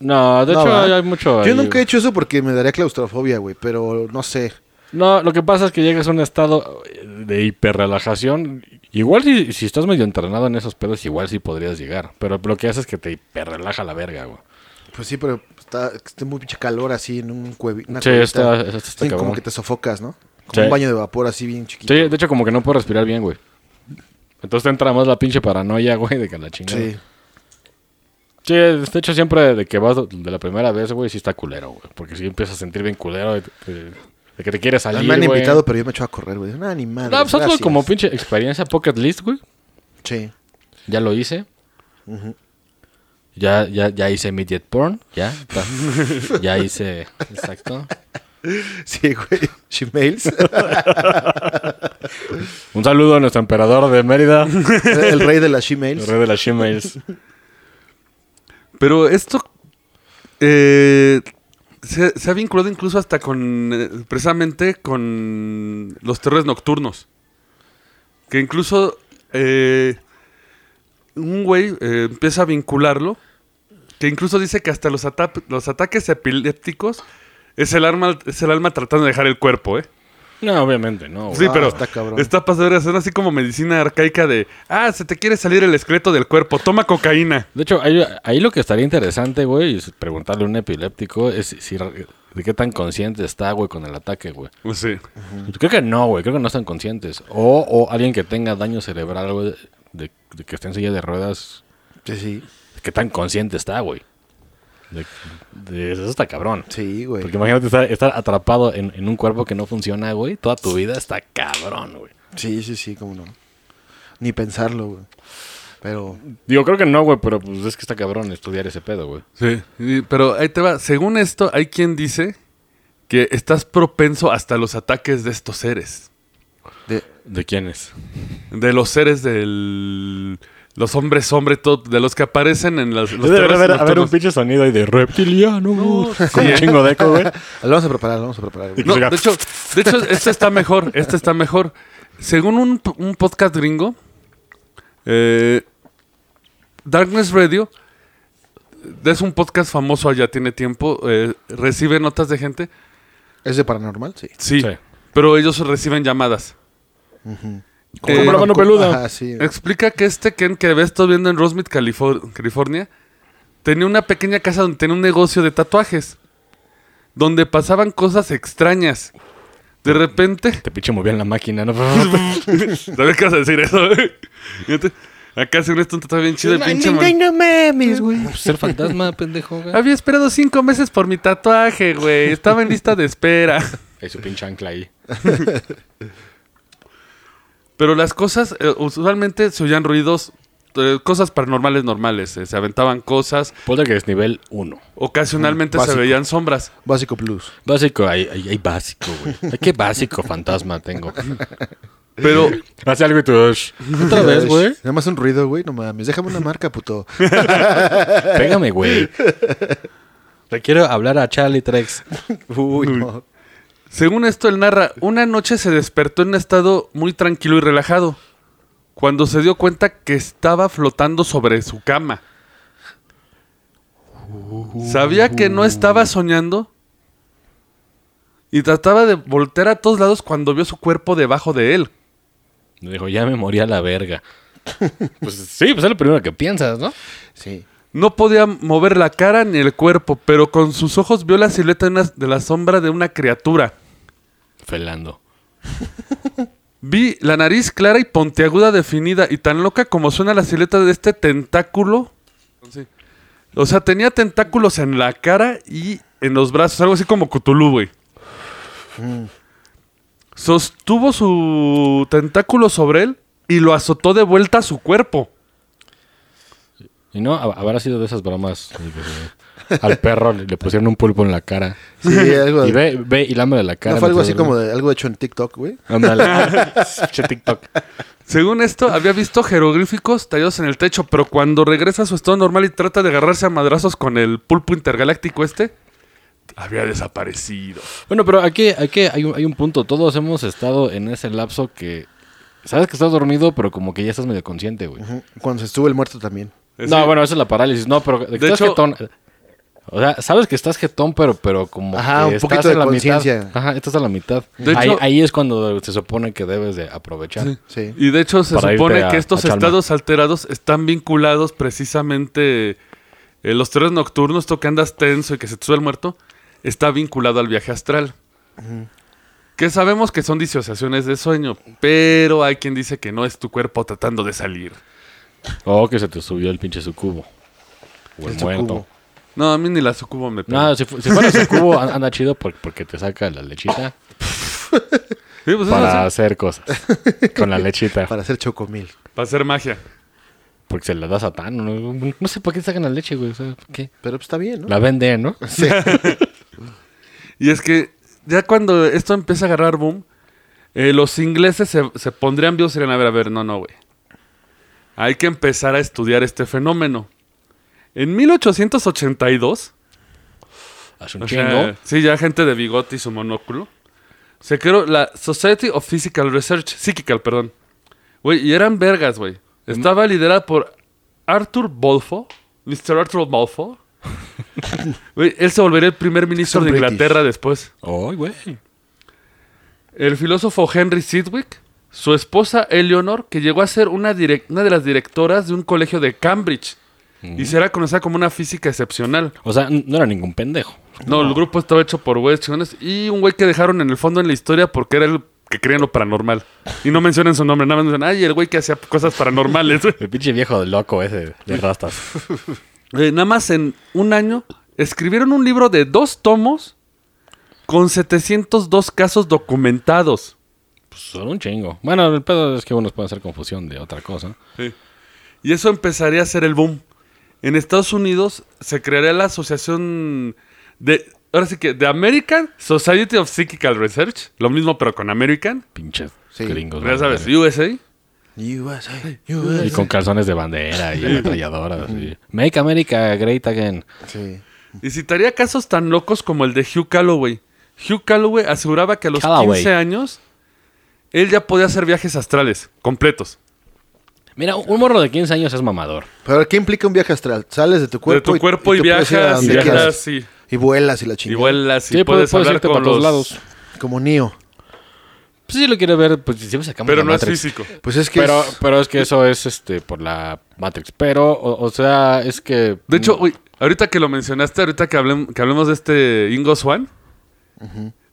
[SPEAKER 4] No, de
[SPEAKER 3] No,
[SPEAKER 4] hecho
[SPEAKER 3] ¿verdad?
[SPEAKER 4] hay, hay
[SPEAKER 3] Yo
[SPEAKER 4] mucho... ahí,
[SPEAKER 3] nunca he
[SPEAKER 4] güey.
[SPEAKER 3] hecho eso porque me daría claustrofobia, güey, pero no sé.
[SPEAKER 4] No, lo que pasa es que llegas a un estado eh, de hiperrelajación. Igual si, si estás medio entrenado en esos pedos, igual sí podrías llegar. Pero lo que hace es que te hiperrelaja la verga, güey.
[SPEAKER 3] Pues sí, pero está, está muy pinche calor así en un cuevito.
[SPEAKER 4] Sí, está- está- está
[SPEAKER 3] como
[SPEAKER 4] cabrón.
[SPEAKER 3] que te sofocas, ¿no? Como
[SPEAKER 4] Sí.
[SPEAKER 3] un baño de vapor así bien chiquito.
[SPEAKER 4] Sí, de hecho como que no puedo respirar bien, güey. Entonces te entra más la pinche paranoia, güey, de que la chingada.
[SPEAKER 3] Sí.
[SPEAKER 4] Sí. de hecho siempre de que vas de la primera vez, güey, sí está culero, güey. Porque si empiezas a sentir bien culero de, de- de que te quieres salir,
[SPEAKER 3] Ah, me han
[SPEAKER 4] güey.
[SPEAKER 3] invitado, pero yo me echo a correr, güey. Nada, ni madre.
[SPEAKER 4] No, pues hazlo
[SPEAKER 3] gracias.
[SPEAKER 4] como pinche experiencia Pocket List, güey.
[SPEAKER 3] Sí.
[SPEAKER 4] Ya lo hice. ya, ya, ya hice Midget Porn, ya. ta- ya hice, exacto.
[SPEAKER 3] Sí, güey. Shemales.
[SPEAKER 4] Un saludo a nuestro emperador de Mérida,
[SPEAKER 3] el rey de las
[SPEAKER 4] el
[SPEAKER 3] shemales.
[SPEAKER 4] rey de las shemales.
[SPEAKER 2] Pero esto eh, se, se ha vinculado incluso hasta con, eh, precisamente con los terrores nocturnos. Que incluso eh, un güey eh, empieza a vincularlo, que incluso dice que hasta los, ata- los ataques epilépticos es el, alma, es el alma tratando de dejar el cuerpo, ¿eh?
[SPEAKER 4] No, obviamente, no. güey.
[SPEAKER 2] Sí,
[SPEAKER 3] Ah,
[SPEAKER 2] pero
[SPEAKER 3] está cabrón.
[SPEAKER 2] está pasando es así como medicina arcaica de, ah, se te quiere salir el esqueleto del cuerpo, toma cocaína.
[SPEAKER 4] De hecho, ahí, ahí lo que estaría interesante, güey, es preguntarle a un epiléptico es si, de qué tan consciente está, güey, con el ataque, güey.
[SPEAKER 2] Pues Sí.
[SPEAKER 4] Creo que no, güey, creo que no están conscientes. O, o alguien que tenga daño cerebral, güey, de, de que esté en silla de ruedas,
[SPEAKER 3] Sí, sí.
[SPEAKER 4] qué tan consciente está, güey. De, de- eso está cabrón.
[SPEAKER 3] Sí, güey.
[SPEAKER 4] Porque imagínate estar, estar atrapado en, en un cuerpo que no funciona, güey, toda tu vida está cabrón, güey.
[SPEAKER 3] Sí, sí, sí, cómo no. Ni pensarlo, güey. Pero.
[SPEAKER 4] Digo, creo que no, güey, pero pues es que está cabrón estudiar ese pedo, güey.
[SPEAKER 2] Sí, y- pero ahí te va. Según esto, hay quien dice que estás propenso hasta los ataques de estos seres.
[SPEAKER 3] de-
[SPEAKER 4] ¿De quién es?
[SPEAKER 2] De los seres del... Los hombres, hombre, todo, de los que aparecen en las... Los
[SPEAKER 4] debería haber,
[SPEAKER 2] terrores
[SPEAKER 4] haber un
[SPEAKER 2] nocturnos.
[SPEAKER 4] pinche sonido ahí de reptiliano, con un chingo de eco, güey.
[SPEAKER 3] Lo vamos a preparar, lo vamos a preparar, güey.
[SPEAKER 2] No, de hecho, de hecho, este está mejor, este está mejor. Según un, un podcast gringo, eh, Darkness Radio, es un podcast famoso allá, tiene tiempo, eh, recibe notas de gente.
[SPEAKER 3] ¿Es de paranormal? Sí.
[SPEAKER 2] Sí,
[SPEAKER 4] Sí.
[SPEAKER 2] pero ellos reciben llamadas. Eh,
[SPEAKER 4] Como la mano peluda.
[SPEAKER 3] Ah, sí.
[SPEAKER 2] Explica que este Ken que ves todo viendo en Rosemead, Califor- California, tenía una pequeña casa donde tenía un negocio de tatuajes, donde pasaban cosas extrañas. De repente,
[SPEAKER 4] Te pinche movían la máquina, ¿no?
[SPEAKER 2] ¿sabes qué vas a decir eso? Y ente- Acá se un tatuaje bien chido el pinche man-
[SPEAKER 3] no mames, güey.
[SPEAKER 4] Ser fantasma, pendejo, güey.
[SPEAKER 2] Había esperado cinco meses por mi tatuaje, güey. Estaba en lista de espera.
[SPEAKER 4] Ahí su pinche ancla ahí.
[SPEAKER 2] Pero las cosas, eh, usualmente se oían ruidos, eh, cosas paranormales normales. eh, se aventaban cosas,
[SPEAKER 4] Ponte que es nivel 1.
[SPEAKER 2] ocasionalmente se
[SPEAKER 3] Básico.
[SPEAKER 2] veían sombras.
[SPEAKER 3] Básico Plus.
[SPEAKER 4] Básico, ahí, ahí, ahí básico, güey. Ay, ¿Qué básico fantasma tengo?
[SPEAKER 2] Pero
[SPEAKER 4] Hace algo y tú... "Shh". ¿Otra vez, güey?
[SPEAKER 3] Nada más un ruido, güey. No mames. Déjame una marca, puto.
[SPEAKER 4] Pégame, güey. Requiero hablar a Charlie Trex.
[SPEAKER 3] Uy, no.
[SPEAKER 2] Según esto, él narra, una noche se despertó en un estado muy tranquilo y relajado, cuando se dio cuenta que estaba flotando sobre su cama. Sabía que no estaba soñando y trataba de voltear a todos lados cuando vio su cuerpo debajo de él.
[SPEAKER 4] Me dijo, ya me morí a la verga. pues sí, pues es lo primero que piensas, ¿no?
[SPEAKER 3] Sí.
[SPEAKER 2] No podía mover la cara ni el cuerpo, pero con sus ojos vio la silueta de, una- de la sombra de una criatura.
[SPEAKER 4] Felando.
[SPEAKER 2] Vi la nariz clara y pontiaguda definida y tan loca como suena la silueta de este tentáculo. Sí. O sea, tenía tentáculos en la cara y en los brazos, algo así como Cthulhu, güey. Sostuvo su tentáculo sobre él y lo azotó de vuelta a su cuerpo.
[SPEAKER 4] Y no, hab- habrá sido de esas bromas. de que, eh, Al perro le, le pusieron un pulpo en la cara.
[SPEAKER 3] Sí, algo
[SPEAKER 4] Y
[SPEAKER 3] de-
[SPEAKER 4] ve, ve hilándole la cara.
[SPEAKER 3] ¿No fue algo
[SPEAKER 4] mientras
[SPEAKER 3] así como
[SPEAKER 4] duerme.
[SPEAKER 3] de, algo hecho en TikTok, güey?
[SPEAKER 4] Ándale. che TikTok.
[SPEAKER 2] Según esto, había visto jeroglíficos tallados en el techo, pero cuando regresa a su estado normal y trata de agarrarse a madrazos con el pulpo intergaláctico este, había desaparecido.
[SPEAKER 4] Bueno, pero aquí, aquí hay, un, hay un punto. Todos hemos estado en ese lapso que. Sabes que estás dormido, pero como que ya estás medio consciente, güey.
[SPEAKER 3] Ujú. Mm, Cuando se estuvo el muerto también.
[SPEAKER 2] Es
[SPEAKER 4] No,
[SPEAKER 2] decir,
[SPEAKER 4] bueno, esa es la parálisis. No, pero de que
[SPEAKER 2] De
[SPEAKER 4] estás
[SPEAKER 2] hecho-
[SPEAKER 4] jetón. O sea, sabes que estás jetón, pero, pero como
[SPEAKER 3] Ajá,
[SPEAKER 4] que
[SPEAKER 3] un
[SPEAKER 4] estás
[SPEAKER 3] poquito de
[SPEAKER 4] a la mitad.
[SPEAKER 3] conciencia.
[SPEAKER 4] Ajá, estás a la mitad.
[SPEAKER 2] De
[SPEAKER 4] ahí,
[SPEAKER 2] hecho-
[SPEAKER 4] ahí es cuando se supone que debes de aprovechar.
[SPEAKER 3] Sí.
[SPEAKER 2] Y de hecho se
[SPEAKER 4] Para irte
[SPEAKER 2] supone
[SPEAKER 4] a-
[SPEAKER 2] que estos
[SPEAKER 4] a Chalma.
[SPEAKER 2] estados alterados están vinculados precisamente eh, los terrores nocturnos, esto que andas tenso y que se te sube el muerto, está vinculado al viaje astral. Que sabemos que son disociaciones de sueño, pero hay quien dice que no es tu cuerpo tratando de salir.
[SPEAKER 4] O que se te subió el pinche sucubo.
[SPEAKER 3] El
[SPEAKER 4] O el, pues muerto.
[SPEAKER 3] sucubo.
[SPEAKER 2] No, a mí ni la sucubo me pega.
[SPEAKER 4] No, si, fu- si fuera sucubo an- anda chido por- porque te saca la lechita
[SPEAKER 2] Sí, pues eso
[SPEAKER 4] para
[SPEAKER 2] sí.
[SPEAKER 4] hacer cosas. Con la lechita.
[SPEAKER 3] Para hacer chocomil.
[SPEAKER 2] Para hacer magia.
[SPEAKER 4] Porque se la da Satán. No, no sé por qué sacan la leche, güey. O sea, ¿por qué?
[SPEAKER 3] Pero pues está bien, ¿no?
[SPEAKER 4] La venden, ¿no?
[SPEAKER 3] Sí.
[SPEAKER 2] Y es que ya cuando esto empieza a agarrar boom, eh, los ingleses se, se pondrían vivos y dirían, a ver, a ver, no, no, güey. Hay que empezar a estudiar este fenómeno. En 1882,
[SPEAKER 4] Hace un
[SPEAKER 2] o
[SPEAKER 4] chingo.
[SPEAKER 2] sea, sí, ya gente de bigote y su monóculo, se creó la Society of Physical Research, Psychical, perdón. Güey, y eran vergas, güey.
[SPEAKER 3] Mm.
[SPEAKER 2] Estaba liderada por Arthur Bolfo, Mr. Arthur Bolfo. Güey, él se volvería el primer ministro
[SPEAKER 3] Son
[SPEAKER 2] de
[SPEAKER 3] british.
[SPEAKER 2] Inglaterra después.
[SPEAKER 4] Ay, güey.
[SPEAKER 2] El filósofo Henry Sidwick, su esposa Eleanor, que llegó a ser una, direc- una de las directoras de un colegio de Cambridge y será conocida como una física excepcional.
[SPEAKER 4] O sea, n- no era ningún pendejo.
[SPEAKER 2] No, el grupo estaba hecho por güeyes chingones y un güey que dejaron en el fondo en la historia porque era el que creía en lo paranormal. Y no mencionan su nombre, nada más dicen, ay, el güey que hacía cosas paranormales.
[SPEAKER 4] El pinche viejo loco ese de rastas.
[SPEAKER 2] Eh, nada más en un año escribieron un libro de dos tomos con 702 casos documentados.
[SPEAKER 4] Pues son un chingo. Bueno, el pedo es que unos pueden hacer confusión de otra cosa.
[SPEAKER 2] Y eso empezaría a ser el boom. En Estados Unidos se crearía la asociación de. Ahora sí que, de American Society of Psychical Research. Lo mismo, pero con American.
[SPEAKER 4] Pinches
[SPEAKER 3] Sí.
[SPEAKER 4] gringos.
[SPEAKER 2] Ya sabes,
[SPEAKER 4] güey.
[SPEAKER 2] USA.
[SPEAKER 3] USA,
[SPEAKER 4] Y
[SPEAKER 3] USA.
[SPEAKER 4] con calzones de bandera y ametralladoras. y- Make America Great Again.
[SPEAKER 3] Sí.
[SPEAKER 2] Y citaría casos tan locos como el de Hugh Calloway. Hugh Calloway aseguraba que a los
[SPEAKER 4] Calloway.
[SPEAKER 2] 15 años él ya podía hacer viajes astrales completos.
[SPEAKER 4] Mira, un morro de 15 años es mamador.
[SPEAKER 3] Pero ¿qué implica un viaje astral? Sales de tu
[SPEAKER 2] De
[SPEAKER 3] cuerpo
[SPEAKER 2] tu cuerpo y,
[SPEAKER 3] te puedes ir a
[SPEAKER 2] viajas y
[SPEAKER 3] donde
[SPEAKER 4] viajas.
[SPEAKER 2] viajas
[SPEAKER 3] quieras.
[SPEAKER 2] y,
[SPEAKER 3] Y vuelas y la
[SPEAKER 2] y
[SPEAKER 3] chingada.
[SPEAKER 2] vuelas y
[SPEAKER 4] Sí,
[SPEAKER 2] puedes,
[SPEAKER 4] puedes- puedes
[SPEAKER 2] hablar
[SPEAKER 4] irte
[SPEAKER 2] con
[SPEAKER 4] para todos
[SPEAKER 2] los
[SPEAKER 4] lados.
[SPEAKER 3] Como Neo.
[SPEAKER 4] Pues sí, lo quiere ver, pues siempre sacamos
[SPEAKER 2] Pero
[SPEAKER 4] la
[SPEAKER 2] no es
[SPEAKER 4] Matrix.
[SPEAKER 2] físico.
[SPEAKER 3] Pues es que
[SPEAKER 4] Pero,
[SPEAKER 3] es-
[SPEAKER 4] pero es que eso es este por la Matrix. Pero, o, o sea, es que. mm,
[SPEAKER 2] De hecho, uy, ahorita que lo mencionaste, ahorita que, hablem- que hablemos de este Ingo Swan,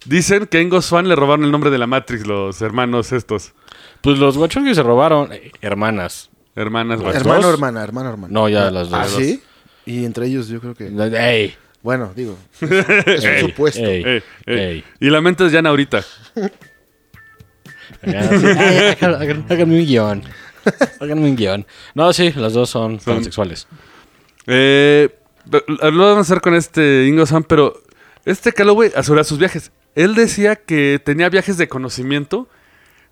[SPEAKER 2] dicen que a Ingo Swan le robaron el nombre de la Matrix, los hermanos estos.
[SPEAKER 4] Pues los guachos que se robaron, eh, hermanas.
[SPEAKER 2] Hermanas, güey.
[SPEAKER 4] Herma-
[SPEAKER 3] hermano,
[SPEAKER 4] dos?
[SPEAKER 3] hermana, hermano, hermana.
[SPEAKER 4] No, ya las dos.
[SPEAKER 3] ¿Ah, sí? Y entre ellos yo creo que...
[SPEAKER 4] ¡Ey!
[SPEAKER 3] Bueno, digo, es un
[SPEAKER 4] ey,
[SPEAKER 3] supuesto.
[SPEAKER 4] ey,
[SPEAKER 2] Eh, eh.
[SPEAKER 4] ey.
[SPEAKER 2] Y la mente es Jan ahorita.
[SPEAKER 4] Háganme háganme un guión. Háganme un guión. No, sí, las dos son, transexuales.
[SPEAKER 2] Eh, pero- lo vamos a hacer con este Ingo Swan, pero este Calloway asegura sus viajes. Él decía que tenía viajes de conocimiento,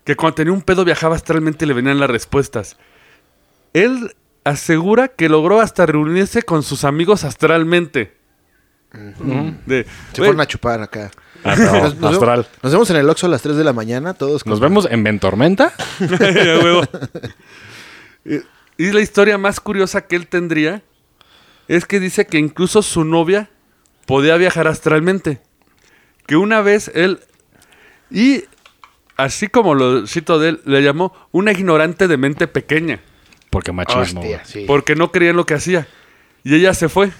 [SPEAKER 2] que cuando tenía un pedo viajaba astralmente y le venían las respuestas. Él asegura que logró hasta reunirse con sus amigos astralmente. De,
[SPEAKER 3] Se
[SPEAKER 2] "Güey,
[SPEAKER 3] fueron a chupar acá.
[SPEAKER 4] Ah, no,
[SPEAKER 3] vemos-
[SPEAKER 4] astral.
[SPEAKER 3] nos vemos en el Oxxo a las 3 de la mañana, todos con-
[SPEAKER 4] Nos vemos en Ventormenta.
[SPEAKER 2] A huevo. Eh, Y la historia más curiosa que él tendría es que dice que incluso su novia podía viajar astralmente. Que una vez él... Y así como lo cito de él, le llamó una ignorante de mente pequeña.
[SPEAKER 4] Porque machismo. güey.
[SPEAKER 3] Hostia, sí.
[SPEAKER 2] Porque no creía en lo que hacía. Y ella se fue.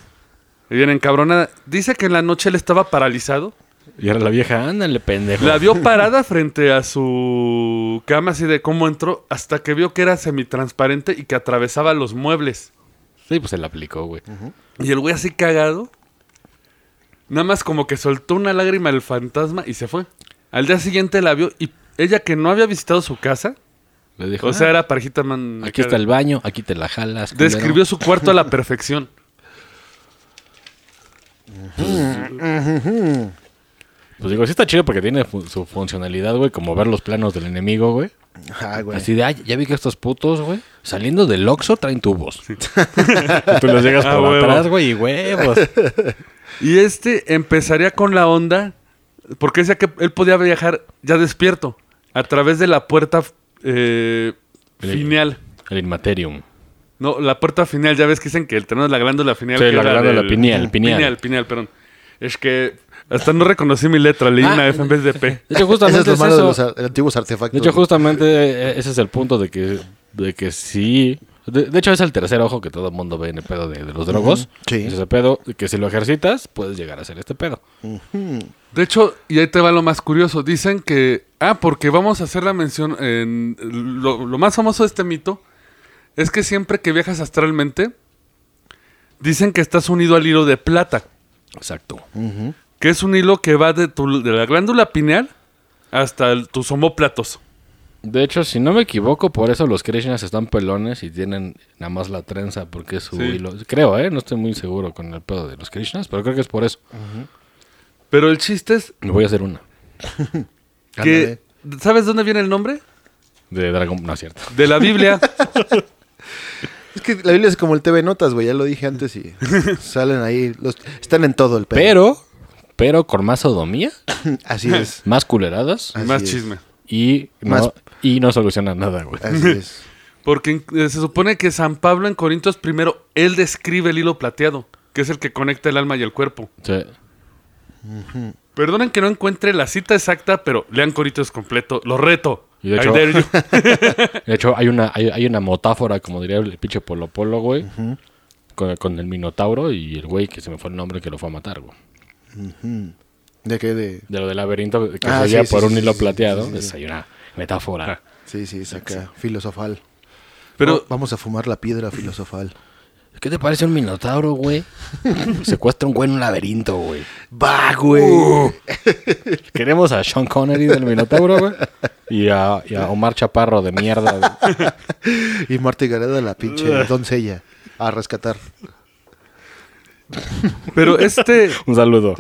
[SPEAKER 2] Y bien encabronada. Dice que en la noche él estaba paralizado.
[SPEAKER 4] Y ahora la vieja, ándale, pendejo.
[SPEAKER 2] La vio parada frente a su cama, así de cómo entró, hasta que vio que era semitransparente y que atravesaba los muebles.
[SPEAKER 4] Sí, pues se la aplicó, güey.
[SPEAKER 2] Y el güey así cagado. Nada más como que soltó una lágrima el fantasma y se fue. Al día siguiente la vio y ella que no había visitado su casa,
[SPEAKER 4] Le dijo,
[SPEAKER 2] o sea,
[SPEAKER 4] "Ah,
[SPEAKER 2] era parejita man.
[SPEAKER 4] aquí está el baño, aquí te la jalas. culero".
[SPEAKER 2] Describió su cuarto a la perfección.
[SPEAKER 4] Pues digo, sí está chido porque tiene fu- su funcionalidad, güey, como ver los planos del enemigo, güey.
[SPEAKER 3] Ah, güey.
[SPEAKER 4] Así de, "Ay, ya vi que estos putos, güey, saliendo del Oxxo traen tubos. Y tú los llegas
[SPEAKER 2] Ah,
[SPEAKER 4] por
[SPEAKER 2] huevo.
[SPEAKER 4] atrás, güey, y huevos.
[SPEAKER 2] Y este empezaría con la onda, porque decía que él podía viajar ya despierto, a través de la puerta eh, final.
[SPEAKER 4] El Inmaterium.
[SPEAKER 2] No, la puerta final, ya ves que dicen que el terreno de la glándula final.
[SPEAKER 4] Sí,
[SPEAKER 2] que
[SPEAKER 4] la
[SPEAKER 2] era
[SPEAKER 4] glándula pineal, pineal.
[SPEAKER 2] Pineal, pineal, perdón. Es que hasta no reconocí mi letra, leí
[SPEAKER 4] Ah.
[SPEAKER 2] una F en vez de P.
[SPEAKER 4] De hecho,
[SPEAKER 3] Eso
[SPEAKER 4] justamente
[SPEAKER 3] es lo
[SPEAKER 4] es
[SPEAKER 3] malo de
[SPEAKER 4] eso.
[SPEAKER 3] los ar- antiguos artefactos.
[SPEAKER 4] De hecho,
[SPEAKER 3] güey.
[SPEAKER 4] justamente eh, ese es el punto de que, de que sí. De, de hecho, es el tercer ojo que todo el mundo ve en el pedo de, de los drogos.
[SPEAKER 3] sí.
[SPEAKER 4] Es ese pedo que si lo ejercitas, puedes llegar a hacer este pedo.
[SPEAKER 2] De hecho, y ahí te va lo más curioso. Dicen que. Ah, porque vamos a hacer la mención. En, lo, lo más famoso de este mito es que siempre que viajas astralmente, dicen que estás unido al hilo de plata,
[SPEAKER 4] Exacto.
[SPEAKER 2] que es un hilo que va de, tu- de la glándula pineal hasta el- tus homóplatos.
[SPEAKER 4] De hecho, si no me equivoco, por eso los Krishnas están pelones y tienen nada más la trenza, porque es su
[SPEAKER 2] Sí.
[SPEAKER 4] hilo. Creo, ¿eh? No estoy muy seguro con el pedo de los Krishnas, pero creo que es por eso.
[SPEAKER 2] Pero el chiste es
[SPEAKER 4] Me voy a hacer una.
[SPEAKER 2] que. ¿Sabes dónde viene el nombre?
[SPEAKER 4] De Dragon. No es cierto.
[SPEAKER 2] De la Biblia.
[SPEAKER 3] Es que la Biblia es como el TV Notas, güey. Ya lo dije antes y salen ahí. Los, están en todo el pedo.
[SPEAKER 4] Pero, pero con más sodomía,
[SPEAKER 3] Así es.
[SPEAKER 4] más culeradas
[SPEAKER 2] Y
[SPEAKER 3] Así
[SPEAKER 2] más
[SPEAKER 3] es.
[SPEAKER 2] chisme.
[SPEAKER 4] y
[SPEAKER 3] Más- Eh.
[SPEAKER 4] no, y no soluciona nada, güey.
[SPEAKER 3] Así es.
[SPEAKER 2] Porque eh, se supone que San Pablo en Corintios primero, él describe el hilo plateado, que es el que conecta el alma y el cuerpo.
[SPEAKER 4] Sí.
[SPEAKER 2] Perdonen que no encuentre la cita exacta, pero lean Corintios completo. Lo reto.
[SPEAKER 4] Y de
[SPEAKER 2] I
[SPEAKER 4] hecho-
[SPEAKER 2] dare you.
[SPEAKER 4] De hecho, hay una, hay, hay una metáfora, como diría el pinche Polo Polo, güey. con, con el Minotauro y el güey que se me fue el nombre que lo fue a matar, güey.
[SPEAKER 3] ¿De qué? De...
[SPEAKER 4] De lo del laberinto que
[SPEAKER 3] Ah,
[SPEAKER 4] se guía
[SPEAKER 3] sí, sí,
[SPEAKER 4] por
[SPEAKER 3] sí,
[SPEAKER 4] un
[SPEAKER 3] sí,
[SPEAKER 4] hilo
[SPEAKER 3] sí,
[SPEAKER 4] plateado.
[SPEAKER 3] sí, sí,
[SPEAKER 4] es-
[SPEAKER 3] sí.
[SPEAKER 4] Hay una metáfora.
[SPEAKER 3] Sí, sí, es acá. Filosofal.
[SPEAKER 2] Pero
[SPEAKER 3] Oh, vamos a fumar la piedra filosofal.
[SPEAKER 4] ¿Qué te parece un Minotauro, güey? Secuestra un güey en un laberinto, güey.
[SPEAKER 3] ¡Va, güey!
[SPEAKER 4] Queremos a Sean Connery del Minotauro, güey. Y a, y a Omar Chaparro de mierda. güey.
[SPEAKER 3] Y Marta Gareda, la pinche doncella, a rescatar.
[SPEAKER 2] pero este
[SPEAKER 4] Un saludo.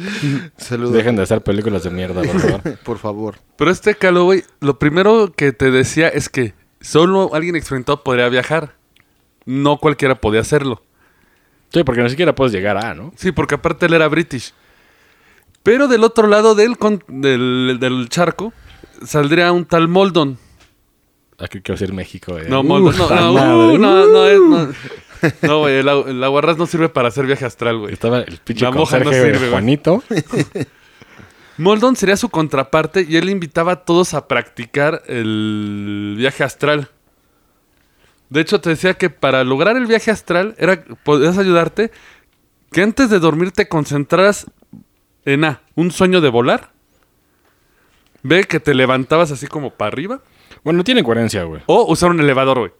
[SPEAKER 3] Saludos.
[SPEAKER 4] Dejen de hacer películas de mierda, por favor.
[SPEAKER 3] Por favor.
[SPEAKER 2] pero este Calloway, lo primero que te decía es que solo alguien experimentado podría viajar. No cualquiera podía hacerlo.
[SPEAKER 4] Sí, porque ni siquiera puedes llegar a, ¿no?
[SPEAKER 2] Sí, porque aparte él era british. Pero del otro lado del, con- del, del charco saldría un tal Moldon.
[SPEAKER 4] Aquí quiero decir México, eh. güey.
[SPEAKER 2] No, Moldon, no,
[SPEAKER 4] Ufa,
[SPEAKER 2] no,
[SPEAKER 4] Uh, madre.
[SPEAKER 2] uh, no, no, es- no. No, güey, el, agu- el aguarrás no sirve para hacer viaje astral, güey.
[SPEAKER 4] Estaba el pinche
[SPEAKER 2] La moja no
[SPEAKER 4] conserje de
[SPEAKER 2] sirve, güey.
[SPEAKER 4] Juanito.
[SPEAKER 2] Moldon sería su contraparte y él invitaba a todos a practicar el viaje astral. De hecho, te decía que para lograr el viaje astral era podías ayudarte que antes de dormir te concentraras en A, un sueño de volar. B, que te levantabas así como para arriba.
[SPEAKER 4] Bueno, tiene coherencia, güey.
[SPEAKER 2] O usar un elevador, güey.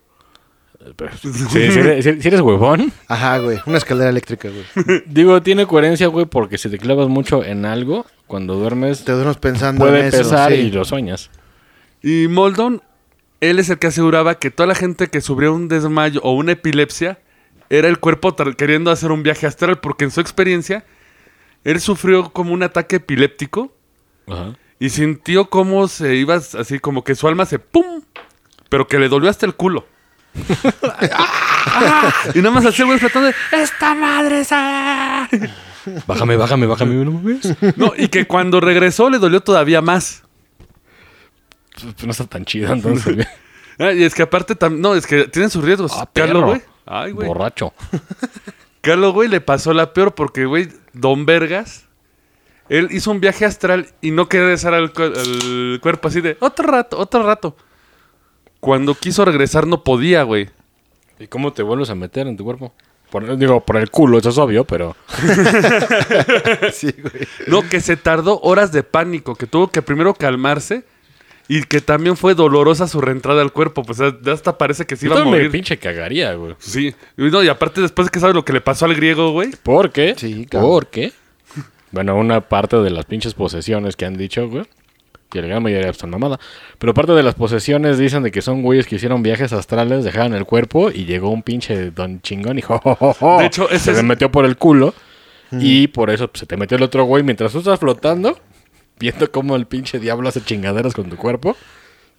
[SPEAKER 4] Sí, si, eres, si eres huevón,
[SPEAKER 3] Ajá, güey. Una escalera eléctrica, güey.
[SPEAKER 4] digo, tiene coherencia, güey, porque si te clavas mucho en algo, cuando duermes,
[SPEAKER 3] Te duermes pensando en
[SPEAKER 4] puede
[SPEAKER 3] eso.
[SPEAKER 4] pesar
[SPEAKER 3] sí.
[SPEAKER 4] y lo sueñas.
[SPEAKER 2] Y Moldon, él es el que aseguraba que toda la gente que sufría un desmayo o una epilepsia era el cuerpo tra- queriendo hacer un viaje astral, porque en su experiencia, él sufrió como un ataque epiléptico
[SPEAKER 4] Ajá.
[SPEAKER 2] y sintió cómo se iba s- así, como que su alma se ¡pum! Pero que le dolió hasta el culo. ¡Ah! y nada más así, güey, tratando de ¡Esta madre es ah".
[SPEAKER 4] Bájame, bájame, bájame, ¿no me ves?
[SPEAKER 2] No, y que cuando regresó le dolió todavía más.
[SPEAKER 4] Pues No está tan chido, entonces. güey.
[SPEAKER 2] Ah, y es que aparte también... No, es que tienen sus riesgos.
[SPEAKER 4] Ah,
[SPEAKER 2] Carlos,
[SPEAKER 4] perro.
[SPEAKER 2] güey. Ay, güey.
[SPEAKER 4] Borracho.
[SPEAKER 2] Carlos, güey, le pasó la peor porque, güey, Don Vergas Él hizo un viaje astral y no quería regresar al, cu- al cuerpo así de otro rato, otro rato. Cuando quiso regresar no podía, güey.
[SPEAKER 4] ¿Y cómo te vuelves a meter en tu cuerpo? Por, digo, por el culo, eso es obvio, pero.
[SPEAKER 3] Sí, güey.
[SPEAKER 2] No, que se tardó horas de pánico, que tuvo que primero calmarse y que también fue dolorosa su reentrada al cuerpo. Pues ya hasta parece que se
[SPEAKER 4] Yo
[SPEAKER 2] iba a
[SPEAKER 4] también me
[SPEAKER 2] morir.
[SPEAKER 4] pinche cagaría, güey.
[SPEAKER 2] Sí. Y, no, y aparte después que sabes lo que le pasó al griego, güey.
[SPEAKER 4] ¿Por qué?
[SPEAKER 3] Sí, claro.
[SPEAKER 4] ¿Por qué? Bueno, una parte de las pinches posesiones que han dicho, güey. Que la gran mayoría son mamada. Pero parte de las posesiones dicen de que son güeyes que hicieron viajes astrales, dejaron el cuerpo y llegó un pinche don chingón y jo, jo, jo, jo.
[SPEAKER 2] De hecho, ese
[SPEAKER 4] se le
[SPEAKER 2] es-
[SPEAKER 4] metió por el culo. Y por eso pues, se te metió el otro güey mientras tú estás flotando, viendo cómo el pinche diablo hace chingaderas con tu cuerpo.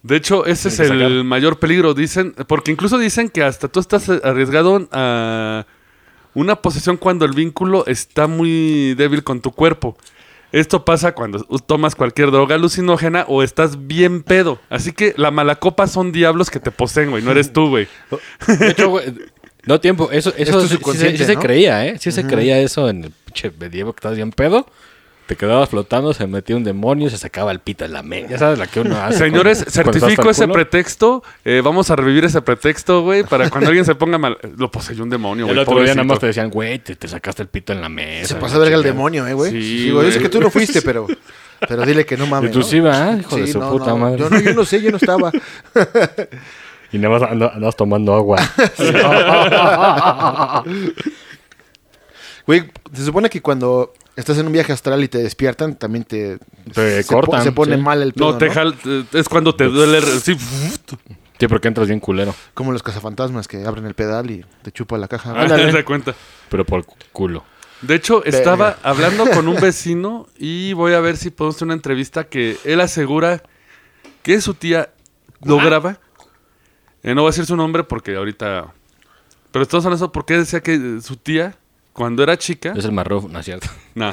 [SPEAKER 2] De hecho, ese es
[SPEAKER 4] Tiene
[SPEAKER 2] el
[SPEAKER 4] que sacar.
[SPEAKER 2] mayor peligro, dicen, porque incluso dicen que hasta tú estás eh, arriesgado a una posesión cuando el vínculo está muy débil con tu cuerpo. Esto pasa cuando tomas cualquier droga alucinógena o estás bien pedo. Así que la malacopa son diablos que te poseen, güey. No eres tú, güey.
[SPEAKER 4] De hecho, güey, no tiempo, eso,
[SPEAKER 3] Esto
[SPEAKER 4] eso
[SPEAKER 3] es
[SPEAKER 4] sí- sí,
[SPEAKER 3] subconsciente,
[SPEAKER 4] se- sí se
[SPEAKER 3] ¿no?
[SPEAKER 4] creía, ¿eh? Sí se creía eso en el pinche medievo que estabas bien pedo. Te quedabas flotando, se metía un demonio, se sacaba el pito en la media. Ya sabes la que uno hace.
[SPEAKER 2] Señores,
[SPEAKER 4] cuando- cuando
[SPEAKER 2] certifico
[SPEAKER 4] estás hasta
[SPEAKER 2] ese
[SPEAKER 4] el culo.
[SPEAKER 2] pretexto. Eh, vamos a revivir ese pretexto, güey, para cuando alguien se ponga mal. Lo poseyó un demonio, güey.
[SPEAKER 4] El otro día nada más
[SPEAKER 2] pobrecito.
[SPEAKER 4] te decían, güey, te, te sacaste el pito en la mesa.
[SPEAKER 3] Se pasó verga el demonio, eh, güey.
[SPEAKER 2] Sí,
[SPEAKER 3] Sí, güey. Yo sé
[SPEAKER 2] güey.
[SPEAKER 3] que tú no fuiste, pero, pero dile que no mames.
[SPEAKER 4] Y tú
[SPEAKER 3] ¿no?
[SPEAKER 4] sí, ¿verdad? ah, Hijo de su puta madre.
[SPEAKER 3] Yo no, yo no sé, yo no estaba.
[SPEAKER 4] Y nada más anda- andabas tomando agua.
[SPEAKER 3] Güey, se supone que cuando estás en un viaje astral y te despiertan, también te.
[SPEAKER 4] Te
[SPEAKER 3] se
[SPEAKER 4] cortan,
[SPEAKER 3] po- Se pone
[SPEAKER 4] sí.
[SPEAKER 3] mal el pedo.
[SPEAKER 2] No,
[SPEAKER 3] No,
[SPEAKER 2] te jal- eh, es cuando te duele. re- Sí,
[SPEAKER 4] sí, porque entras bien culero.
[SPEAKER 3] Como los cazafantasmas que abren el pedal y te chupa la caja.
[SPEAKER 2] te das cuenta.
[SPEAKER 4] Pero por cu- culo.
[SPEAKER 2] De hecho, estaba hablando con un vecino y voy a ver si podemos hacer una entrevista que él asegura que su tía lo graba. Eh, no voy a decir su nombre porque ahorita... Pero estamos hablando de eso porque él decía que eh, su tía, cuando era chica,
[SPEAKER 4] Es el marrón, ¿no es cierto?
[SPEAKER 2] nah,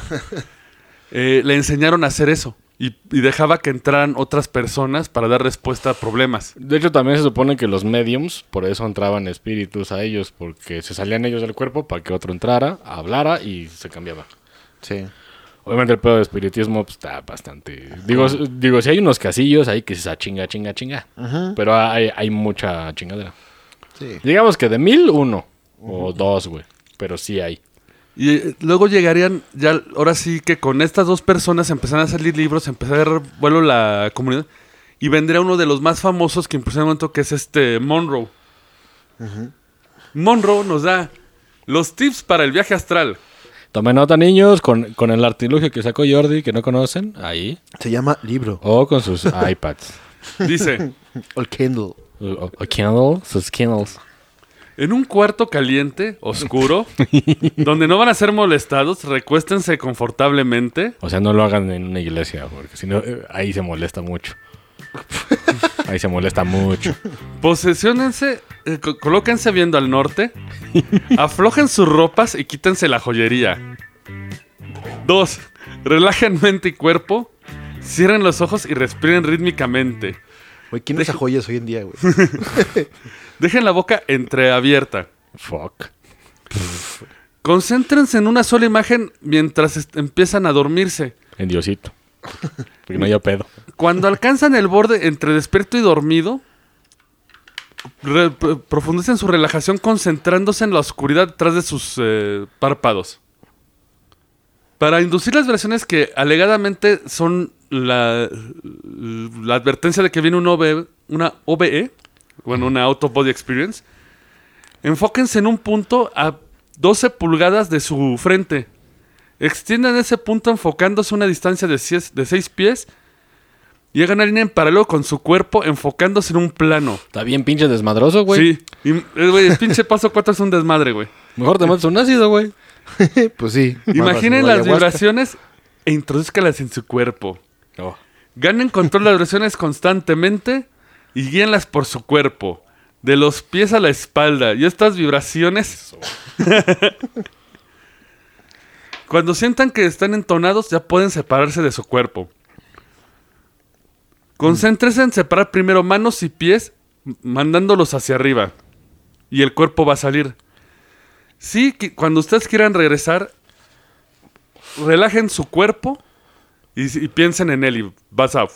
[SPEAKER 2] eh, le enseñaron a hacer eso. Y, y dejaba que entraran otras personas para dar respuesta a problemas.
[SPEAKER 4] De hecho, también se supone que los mediums, por eso entraban espíritus a ellos, porque se salían ellos del cuerpo para que otro entrara, hablara y se cambiaba.
[SPEAKER 3] Sí.
[SPEAKER 4] Obviamente el pedo de espiritismo pues, está bastante... Digo, s- digo, si hay unos casillos ahí que se sa- chinga, chinga, chinga. Pero hay, hay mucha chingadera.
[SPEAKER 3] Sí.
[SPEAKER 4] Digamos que de mil, uno. O dos, güey. Pero sí hay.
[SPEAKER 2] Y eh, luego llegarían, ya ahora sí que con estas dos personas empezaron a salir libros, empezó a agarrar vuelo la comunidad. Y vendría uno de los más famosos que impulsó en el momento, que es este Monroe. Monroe nos da los tips para el viaje astral.
[SPEAKER 4] Tomen nota, niños, con, con el artilugio que sacó Jordi, que no conocen, ahí.
[SPEAKER 3] Se llama libro.
[SPEAKER 4] O con sus iPads.
[SPEAKER 2] Dice,
[SPEAKER 3] O el Kindle.
[SPEAKER 4] o, o- o Kindle, sus Kindles.
[SPEAKER 2] en un cuarto caliente, oscuro, donde no van a ser molestados, recuéstense confortablemente.
[SPEAKER 4] O sea, no lo hagan en una iglesia, porque si no, eh, ahí se molesta mucho. ahí se molesta mucho.
[SPEAKER 2] Posesionense, eh, co- colóquense viendo al norte, aflojen sus ropas y quítense la joyería. 2. Relajen mente y cuerpo, cierren los ojos y respiren rítmicamente.
[SPEAKER 3] Güey, ¿quién usa joyas hoy en día, güey?
[SPEAKER 2] Dejen la boca entreabierta.
[SPEAKER 4] Fuck.
[SPEAKER 2] Concéntrense en una sola imagen mientras est- empiezan a dormirse.
[SPEAKER 4] En Diosito. Porque no haya pedo.
[SPEAKER 2] Cuando alcanzan el borde entre despierto y dormido, re- pro- profundicen su relajación concentrándose en la oscuridad detrás de sus eh, párpados. Para inducir las versiones que alegadamente son la, la advertencia de que viene un OBE, una OBE, bueno, una Auto Body Experience, enfóquense en un punto a 12 pulgadas de su frente. Extiendan ese punto enfocándose a una distancia de 6 de seis pies y hagan una línea en paralelo con su cuerpo enfocándose en un plano.
[SPEAKER 4] Está bien pinche desmadroso, güey.
[SPEAKER 2] Sí. Y, eh, güey, el pinche paso 4 es un desmadre, güey.
[SPEAKER 4] Mejor te metes un ácido, güey.
[SPEAKER 3] pues sí.
[SPEAKER 2] Imaginen
[SPEAKER 3] Mamas,
[SPEAKER 2] las
[SPEAKER 3] ayahuasca.
[SPEAKER 2] vibraciones e introduzcanlas en su cuerpo.
[SPEAKER 4] No.
[SPEAKER 2] Ganen control de las vibraciones constantemente y guíenlas por su cuerpo. De los pies a la espalda. Y estas vibraciones. Cuando sientan que están entonados, ya pueden separarse de su cuerpo. Concéntrense en separar primero manos y pies, m- mandándolos hacia arriba. Y el cuerpo va a salir. Sí, que cuando ustedes quieran regresar, relajen su cuerpo Y, si- y piensen en él y vas a...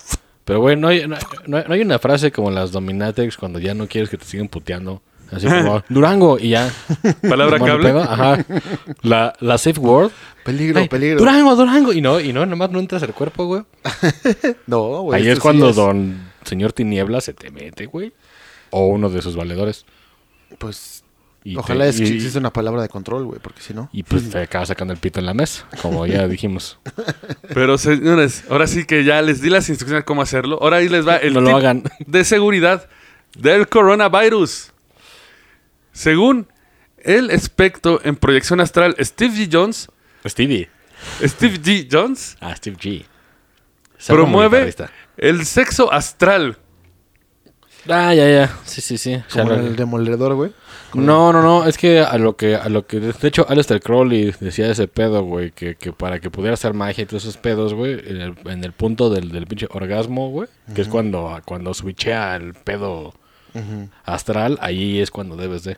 [SPEAKER 4] Pero, güey, no hay, no, no- no hay una frase como las Dominatex cuando ya no quieres que te sigan puteando. Así como, Durango, y ya.
[SPEAKER 2] Palabra
[SPEAKER 4] Como
[SPEAKER 2] que
[SPEAKER 4] el pedo,
[SPEAKER 2] habla.
[SPEAKER 4] Ajá. La, la safe word.
[SPEAKER 3] Peligro,
[SPEAKER 4] Ay,
[SPEAKER 3] peligro.
[SPEAKER 4] Durango, Durango. Y no, y no, nomás no entras al cuerpo, güey.
[SPEAKER 3] No,
[SPEAKER 2] Pues
[SPEAKER 3] güey.
[SPEAKER 4] Ahí
[SPEAKER 3] esto
[SPEAKER 4] es
[SPEAKER 3] sí
[SPEAKER 4] cuando don señor Tiniebla se te mete, güey. O uno de sus valedores.
[SPEAKER 3] Pues.
[SPEAKER 4] Y te-
[SPEAKER 3] Ojalá es
[SPEAKER 4] y-
[SPEAKER 3] que exista una palabra de control, güey, porque si no.
[SPEAKER 4] Y pues te acaba sacando el pito en la mesa, como ya dijimos.
[SPEAKER 2] Pero señores, ahora sí que ya les di las instrucciones de cómo hacerlo. Ahora ahí les va el
[SPEAKER 4] No lo
[SPEAKER 2] tip
[SPEAKER 4] hagan.
[SPEAKER 2] de seguridad del coronavirus. Según el espectro en proyección astral Steve G. Jones,
[SPEAKER 4] Stevie.
[SPEAKER 2] Steve G. Jones
[SPEAKER 4] Ah, Steve G. Salva
[SPEAKER 2] promueve
[SPEAKER 4] militarista.
[SPEAKER 2] el sexo astral.
[SPEAKER 4] Ah, ya, ya. Sí, sí, sí.
[SPEAKER 3] Como
[SPEAKER 4] Salva-
[SPEAKER 3] el demoledor, güey.
[SPEAKER 4] No, no, no, es que a lo que, a lo que, de hecho, Aleister Crowley decía ese pedo, güey, que, que para que pudiera hacer magia y todos esos pedos, güey, en el, en el punto del, del pinche orgasmo, güey, que es cuando, cuando switchea el pedo astral, ahí es cuando debes de.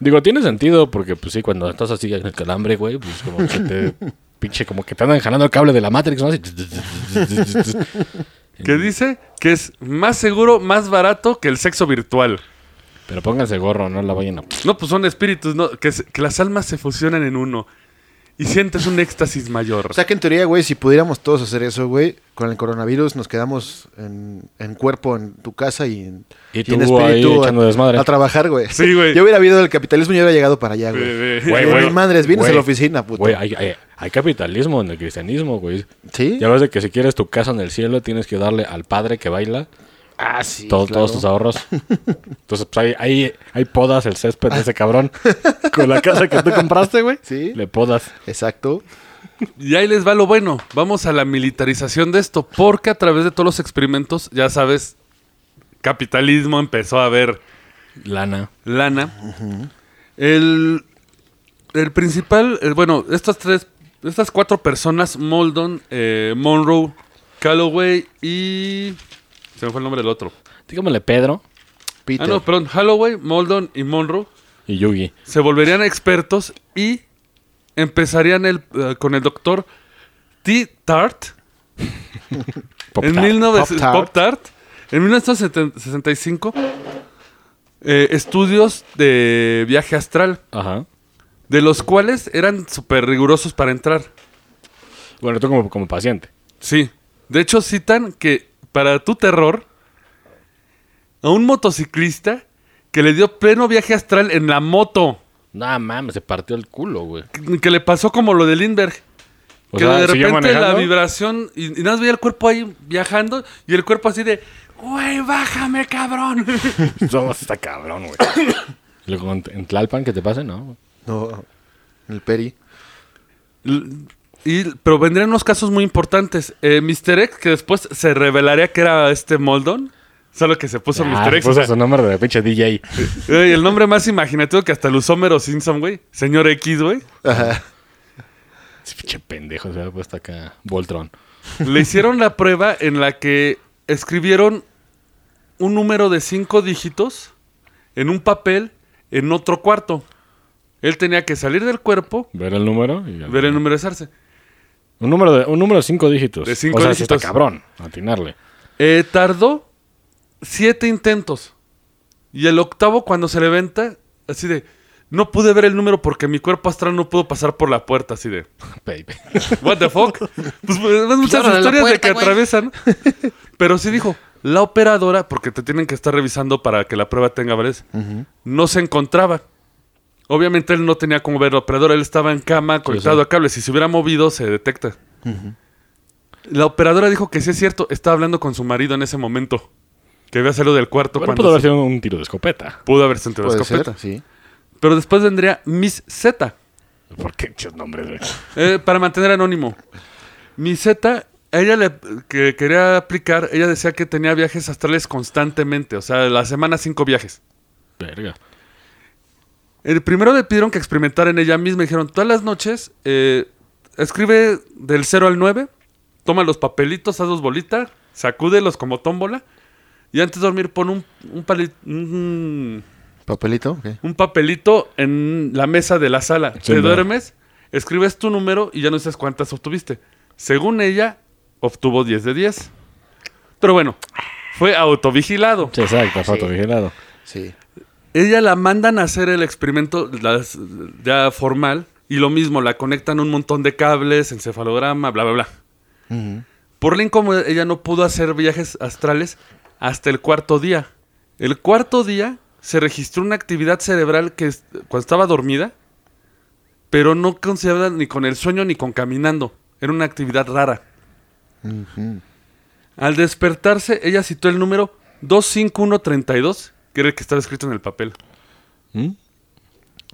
[SPEAKER 4] Digo, tiene sentido, porque pues sí, cuando estás así en el calambre, güey, pues como que te, pinche, como que te andan jalando el cable de la Matrix, ¿no? Así.
[SPEAKER 2] Que
[SPEAKER 4] Mm.
[SPEAKER 2] dice que es más seguro, más barato que el sexo virtual.
[SPEAKER 4] Pero pónganse gorro, no la vayan a...
[SPEAKER 2] No, pues son espíritus, ¿no? Que, se- que las almas se fusionan en uno. Y sientes un éxtasis mayor.
[SPEAKER 3] O sea que en teoría, güey, si pudiéramos todos hacer eso, güey, con el coronavirus nos quedamos en, en cuerpo en tu casa y en,
[SPEAKER 4] Y tú ahí echando
[SPEAKER 3] a,
[SPEAKER 4] desmadre.
[SPEAKER 3] a trabajar, güey.
[SPEAKER 2] Sí, güey.
[SPEAKER 3] Yo hubiera habido el capitalismo y yo hubiera llegado para allá,
[SPEAKER 2] Güey,
[SPEAKER 3] güey.
[SPEAKER 2] güey.
[SPEAKER 3] Güey,
[SPEAKER 2] Güey,
[SPEAKER 3] mis madres, vienes
[SPEAKER 4] Güey,
[SPEAKER 3] a la oficina, puto.
[SPEAKER 4] Güey, hay, hay- hay capitalismo en el cristianismo, güey.
[SPEAKER 3] ¿Sí?
[SPEAKER 4] Ya ves de que si quieres tu casa en el cielo, tienes que darle al padre que baila
[SPEAKER 3] Ah, sí.
[SPEAKER 4] todo-
[SPEAKER 3] claro.
[SPEAKER 4] todos tus ahorros. Entonces, pues ahí, ahí- ahí podas el césped de ese cabrón. Con la casa que tú compraste, güey.
[SPEAKER 3] Sí.
[SPEAKER 4] Le podas.
[SPEAKER 3] Exacto.
[SPEAKER 2] Y ahí les va lo bueno. Vamos a la militarización de esto, porque a través de todos los experimentos, ya sabes, capitalismo empezó a ver
[SPEAKER 4] Lana.
[SPEAKER 2] lana. El, el principal, el- bueno, estas tres, estas cuatro personas, Moldon, eh, Monroe, Calloway y... Se me fue el nombre del otro.
[SPEAKER 4] Dígamele Pedro
[SPEAKER 3] Peter.
[SPEAKER 2] Ah, no, perdón, Holloway, Moldon y Monroe
[SPEAKER 4] y Yugi.
[SPEAKER 2] se volverían expertos y empezarían el, eh, con el doctor T. Tart.
[SPEAKER 4] Pop
[SPEAKER 2] en
[SPEAKER 4] Tart.
[SPEAKER 2] 19
[SPEAKER 3] Pop Tart.
[SPEAKER 2] Pop Tart. En 1965, eh, estudios de viaje astral,
[SPEAKER 4] Ajá.
[SPEAKER 2] de los cuales eran súper rigurosos para entrar.
[SPEAKER 4] Bueno, tú como, como paciente.
[SPEAKER 2] Sí. De hecho, citan que, para tu terror, a un motociclista que le dio pleno viaje astral en la moto,
[SPEAKER 4] No mames, se partió el culo, güey.
[SPEAKER 2] que- que le pasó como lo de Lindbergh.
[SPEAKER 4] O
[SPEAKER 2] que
[SPEAKER 4] sea,
[SPEAKER 2] de
[SPEAKER 4] siguió
[SPEAKER 2] repente la
[SPEAKER 4] manejando.
[SPEAKER 2] vibración, y, y nada más veía el cuerpo ahí viajando, y el cuerpo así de, güey, bájame, cabrón.
[SPEAKER 4] Somos está cabrón, güey. Y luego en- en Tlalpan, ¿qué te pasa? No, güey.
[SPEAKER 3] No. El Peri.
[SPEAKER 2] L- y, pero vendrían unos casos muy importantes. Eh, Mr. X, que después se revelaría que era este Moldon, solo que se puso
[SPEAKER 4] Ah,
[SPEAKER 2] Mr. X.
[SPEAKER 4] puso
[SPEAKER 2] o sea,
[SPEAKER 4] su nombre de pinche DJ.
[SPEAKER 2] güey, el nombre más imaginativo que hasta el Homero Simpson, güey. Señor X, güey.
[SPEAKER 3] Ajá.
[SPEAKER 4] Ese pinche pendejo se había puesto acá. Voltron.
[SPEAKER 2] Le hicieron la prueba en la que escribieron un número de cinco dígitos en un papel en otro cuarto. Él tenía que salir del cuerpo,
[SPEAKER 4] Ver el número y
[SPEAKER 2] ver el número de Sarce.
[SPEAKER 4] Un número de un número de cinco dígitos.
[SPEAKER 2] De cinco
[SPEAKER 4] o sea, sí
[SPEAKER 2] dígitos.
[SPEAKER 4] está cabrón atinarle.
[SPEAKER 2] Eh, tardó siete intentos. Y el octavo, cuando se le venta, así de. No pude ver el número porque mi cuerpo astral no pudo pasar por la puerta, así de.
[SPEAKER 4] Baby.
[SPEAKER 2] ¿What the fuck? Pues, pues, ves muchas
[SPEAKER 5] ábrele la
[SPEAKER 2] historias de
[SPEAKER 5] puerta,
[SPEAKER 2] que
[SPEAKER 5] güey.
[SPEAKER 2] atraviesan. Pero sí dijo, la operadora, porque te tienen que estar revisando para que la prueba tenga validez, no se encontraba. Obviamente él no tenía como ver la operadora, él estaba en cama conectado
[SPEAKER 4] sí.
[SPEAKER 2] a cables. Si se hubiera movido, se detecta. La operadora dijo que sí es cierto, estaba hablando con su marido en ese momento. Que había salido del cuarto
[SPEAKER 4] Bueno,
[SPEAKER 2] cuando
[SPEAKER 4] pudo haber
[SPEAKER 2] se-
[SPEAKER 4] sido un tiro de escopeta.
[SPEAKER 2] pudo haber sentido la
[SPEAKER 3] Puede
[SPEAKER 2] escopeta.
[SPEAKER 3] ser, sí.
[SPEAKER 2] Pero después vendría Miss Z.
[SPEAKER 4] ¿Por qué pinches nombres, güey?
[SPEAKER 2] Eh, para mantener anónimo. Mi Z, ella le que quería aplicar, ella decía que tenía viajes astrales constantemente, o sea, la semana cinco viajes.
[SPEAKER 4] Verga.
[SPEAKER 2] El primero le pidieron que experimentaran en ella misma, dijeron, todas las noches, eh, escribe del 0 al 9, toma los papelitos, haz dos bolitas, sacúdelos como tómbola, y antes de dormir pon un, un, pali- un-
[SPEAKER 3] ¿Papelito? ok.
[SPEAKER 2] un papelito en la mesa de la sala.
[SPEAKER 4] Sí,
[SPEAKER 2] Te
[SPEAKER 4] no.
[SPEAKER 2] duermes, escribes tu número y ya no sabes cuántas obtuviste. Según ella, obtuvo 10 de 10. Pero bueno, fue autovigilado.
[SPEAKER 4] Sí, exacto, foto vigilado.
[SPEAKER 3] Sí.
[SPEAKER 2] Ella la mandan a hacer el experimento las- ya formal y lo mismo, la conectan un montón de cables, encefalograma, bla, bla, bla.
[SPEAKER 3] Ujú.
[SPEAKER 2] Por la incomodidad, ella no pudo hacer viajes astrales hasta el cuarto día. El cuarto día se registró una actividad cerebral que es- cuando estaba dormida, pero no considerada ni con el sueño ni con caminando. Era una actividad rara. Al despertarse, ella citó el número 25132, que era el que estaba escrito en el papel.
[SPEAKER 4] ¿Mm?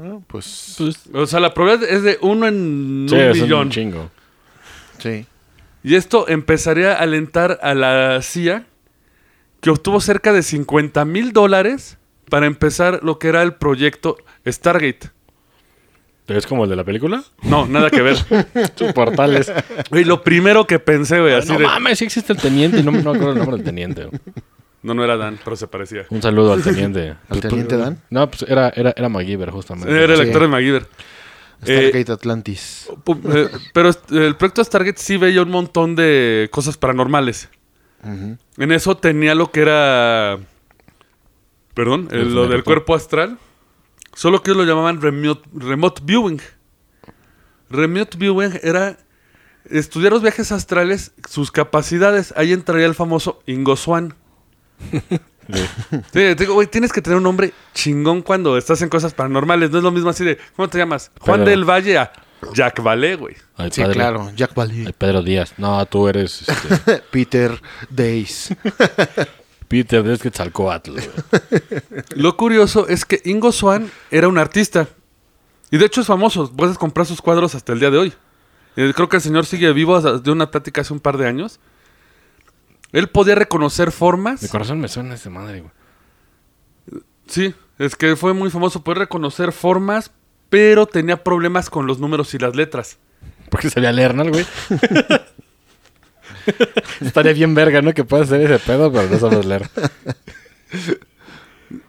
[SPEAKER 3] Ah, pues.
[SPEAKER 2] O sea, la probabilidad es de uno en
[SPEAKER 4] Sí,
[SPEAKER 2] un
[SPEAKER 4] es
[SPEAKER 2] billón.
[SPEAKER 4] un chingo. Pues,
[SPEAKER 3] Sí.
[SPEAKER 2] Y esto empezaría a alentar a la CIA, que obtuvo cerca de 50 mil dólares para empezar lo que era el proyecto Stargate.
[SPEAKER 4] ¿Es como el de la película?
[SPEAKER 2] No, nada que ver.
[SPEAKER 4] Sus portales.
[SPEAKER 2] Güey, lo primero que pensé, güey, así
[SPEAKER 4] no
[SPEAKER 2] de...
[SPEAKER 4] mames, sí existe el teniente. No, me- no me acuerdo el nombre del teniente.
[SPEAKER 2] No, no era Dan, pero se parecía.
[SPEAKER 4] Un saludo al teniente.
[SPEAKER 3] ¿Al teniente Dan?
[SPEAKER 4] No, pues era, era, era MacGyver, justamente.
[SPEAKER 2] Era el
[SPEAKER 3] Sí.
[SPEAKER 2] actor de MacGyver. Eh,
[SPEAKER 3] Stargate Atlantis.
[SPEAKER 2] pu- eh, pero est- el proyecto Stargate sí veía un montón de cosas paranormales.
[SPEAKER 3] Ujú.
[SPEAKER 2] En eso tenía lo que era. Perdón, el- lo del cuerpo astral. Solo que ellos lo llamaban remote, remote viewing. Remote viewing era estudiar los viajes astrales, sus capacidades. Ahí entraría el famoso Ingo Swan. Sí, te digo, güey, tienes que tener un nombre chingón cuando estás en cosas paranormales. No es lo mismo así de, ¿cómo te llamas? Juan
[SPEAKER 4] Pero-
[SPEAKER 2] del Valle a Jack Valé, güey.
[SPEAKER 4] Ay,
[SPEAKER 3] Sí,
[SPEAKER 4] Pedro-
[SPEAKER 3] claro. Jack
[SPEAKER 4] ay,
[SPEAKER 3] Valley.
[SPEAKER 4] Pedro Díaz. No, tú eres este,
[SPEAKER 3] Peter Days.
[SPEAKER 4] Peter Desquetzalcoatl. güey.
[SPEAKER 2] Lo curioso es que Ingo Swan era un artista. Y de hecho es famoso. Puedes comprar sus cuadros hasta el día de hoy. Eh, Creo que el señor sigue vivo hasta- de una plática hace un par de años. Él podía reconocer
[SPEAKER 4] Mi
[SPEAKER 2] formas.
[SPEAKER 4] corazón me suena ese madre, güey.
[SPEAKER 2] Sí, es que fue muy famoso. Podía reconocer formas, pero tenía problemas con los números y las letras.
[SPEAKER 4] Porque sabía leer, ¿no, güey? Estaría bien verga, ¿no? Que puedas hacer ese pedo, pero no sabes leer.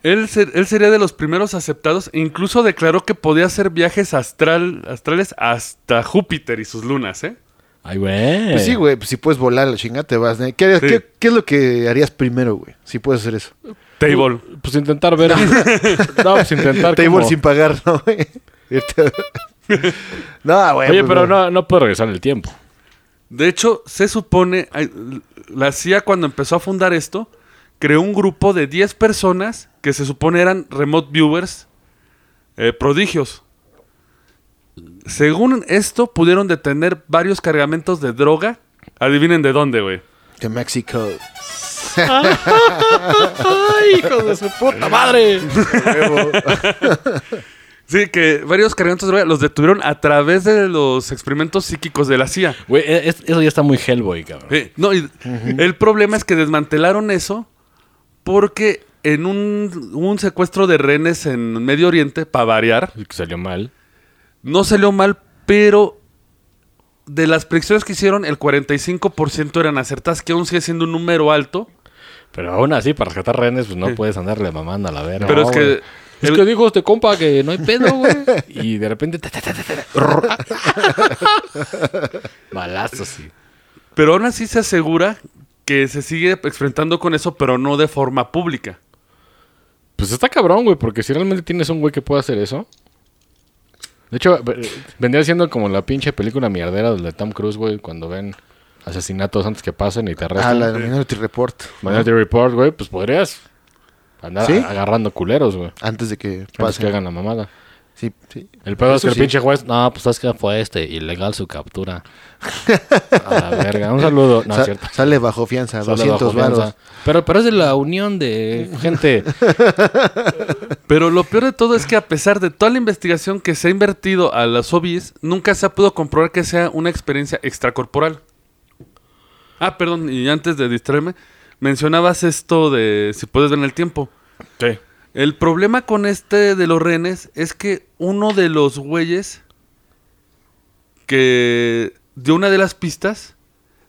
[SPEAKER 2] Él, ser- él sería de los primeros aceptados. e Incluso declaró que podía hacer viajes astral, astrales hasta Júpiter y sus lunas, ¿eh?
[SPEAKER 4] Ay, güey.
[SPEAKER 3] Pues sí, güey. Pues si puedes volar, la chingada te vas. ¿eh? ¿Qué, harías-
[SPEAKER 2] Sí.
[SPEAKER 3] qué- qué es lo que harías primero, güey? Si puedes hacer eso.
[SPEAKER 2] Table.
[SPEAKER 4] Pues intentar ver. no, pues intentar.
[SPEAKER 3] Table
[SPEAKER 4] como-
[SPEAKER 3] sin pagar, ¿no, güey? Irte a- no, güey.
[SPEAKER 4] Oye,
[SPEAKER 3] pues,
[SPEAKER 4] pero no, no puedo regresar en el tiempo.
[SPEAKER 2] De hecho, se supone, ay, la CIA cuando empezó a fundar esto, creó un grupo de 10 personas que se supone eran remote viewers eh, prodigios. Según esto, pudieron detener varios cargamentos de droga. Adivinen de dónde, güey.
[SPEAKER 3] De México.
[SPEAKER 4] ¡Ay, hijo de su puta madre!
[SPEAKER 2] Sí, que varios cargamentos de droga los detuvieron a través de los experimentos psíquicos de la CIA.
[SPEAKER 4] Güey, e- es- eso ya está muy Hellboy, cabrón.
[SPEAKER 2] Sí, no, y el problema es que desmantelaron eso porque en un, un secuestro de rehenes en Medio Oriente, para variar,
[SPEAKER 4] El Que salió mal.
[SPEAKER 2] no salió mal, pero de las predicciones que hicieron, el 45% eran acertadas, que aún sigue siendo un número alto.
[SPEAKER 4] Pero aún así, para rescatar rehenes, pues no
[SPEAKER 2] Sí.
[SPEAKER 4] puedes andarle mamando a la verga.
[SPEAKER 2] pero
[SPEAKER 4] No,
[SPEAKER 2] es que...
[SPEAKER 4] güey. Es
[SPEAKER 2] el-
[SPEAKER 4] que dijo este compa que no hay pedo, güey. Y de repente. ta, ta, ta, ta, ta, rrr. Balazos, sí.
[SPEAKER 2] Pero aún así se asegura que se sigue enfrentando con eso, pero no de forma pública.
[SPEAKER 4] Pues está cabrón, güey, porque si realmente tienes un güey que pueda hacer eso. De hecho, ve- vendría siendo como la pinche película mierdera de Tom Cruise, güey, cuando ven asesinatos antes que pasen y te
[SPEAKER 3] Ah,
[SPEAKER 4] arrestan.
[SPEAKER 3] la de Minority Report.
[SPEAKER 4] Minority Report, güey, pues podrías andar
[SPEAKER 3] ¿Sí?
[SPEAKER 4] a- agarrando culeros, güey.
[SPEAKER 3] Antes de que
[SPEAKER 4] Antes que
[SPEAKER 3] pase.
[SPEAKER 4] hagan la mamada.
[SPEAKER 3] Sí, sí.
[SPEAKER 4] El pedo es
[SPEAKER 3] Eso
[SPEAKER 4] que el
[SPEAKER 3] sí.
[SPEAKER 4] pinche juez, no, pues sabes que fue este, ilegal su captura. A la verga, un saludo. No,
[SPEAKER 3] Sa-
[SPEAKER 4] es cierto.
[SPEAKER 3] Sale bajo fianza,
[SPEAKER 4] Sale
[SPEAKER 3] 200
[SPEAKER 4] bajo fianza.
[SPEAKER 3] varos.
[SPEAKER 4] Pero, pero es de la unión de gente.
[SPEAKER 2] Pero lo peor de todo es que a pesar de toda la investigación que se ha invertido a las OBIs, nunca se ha podido comprobar que sea una experiencia extracorporal. Ah, perdón, y antes de distraerme, mencionabas esto de si puedes ver en el tiempo.
[SPEAKER 4] Sí.
[SPEAKER 2] El problema con este de los renes es que uno de los güeyes que dio una de las pistas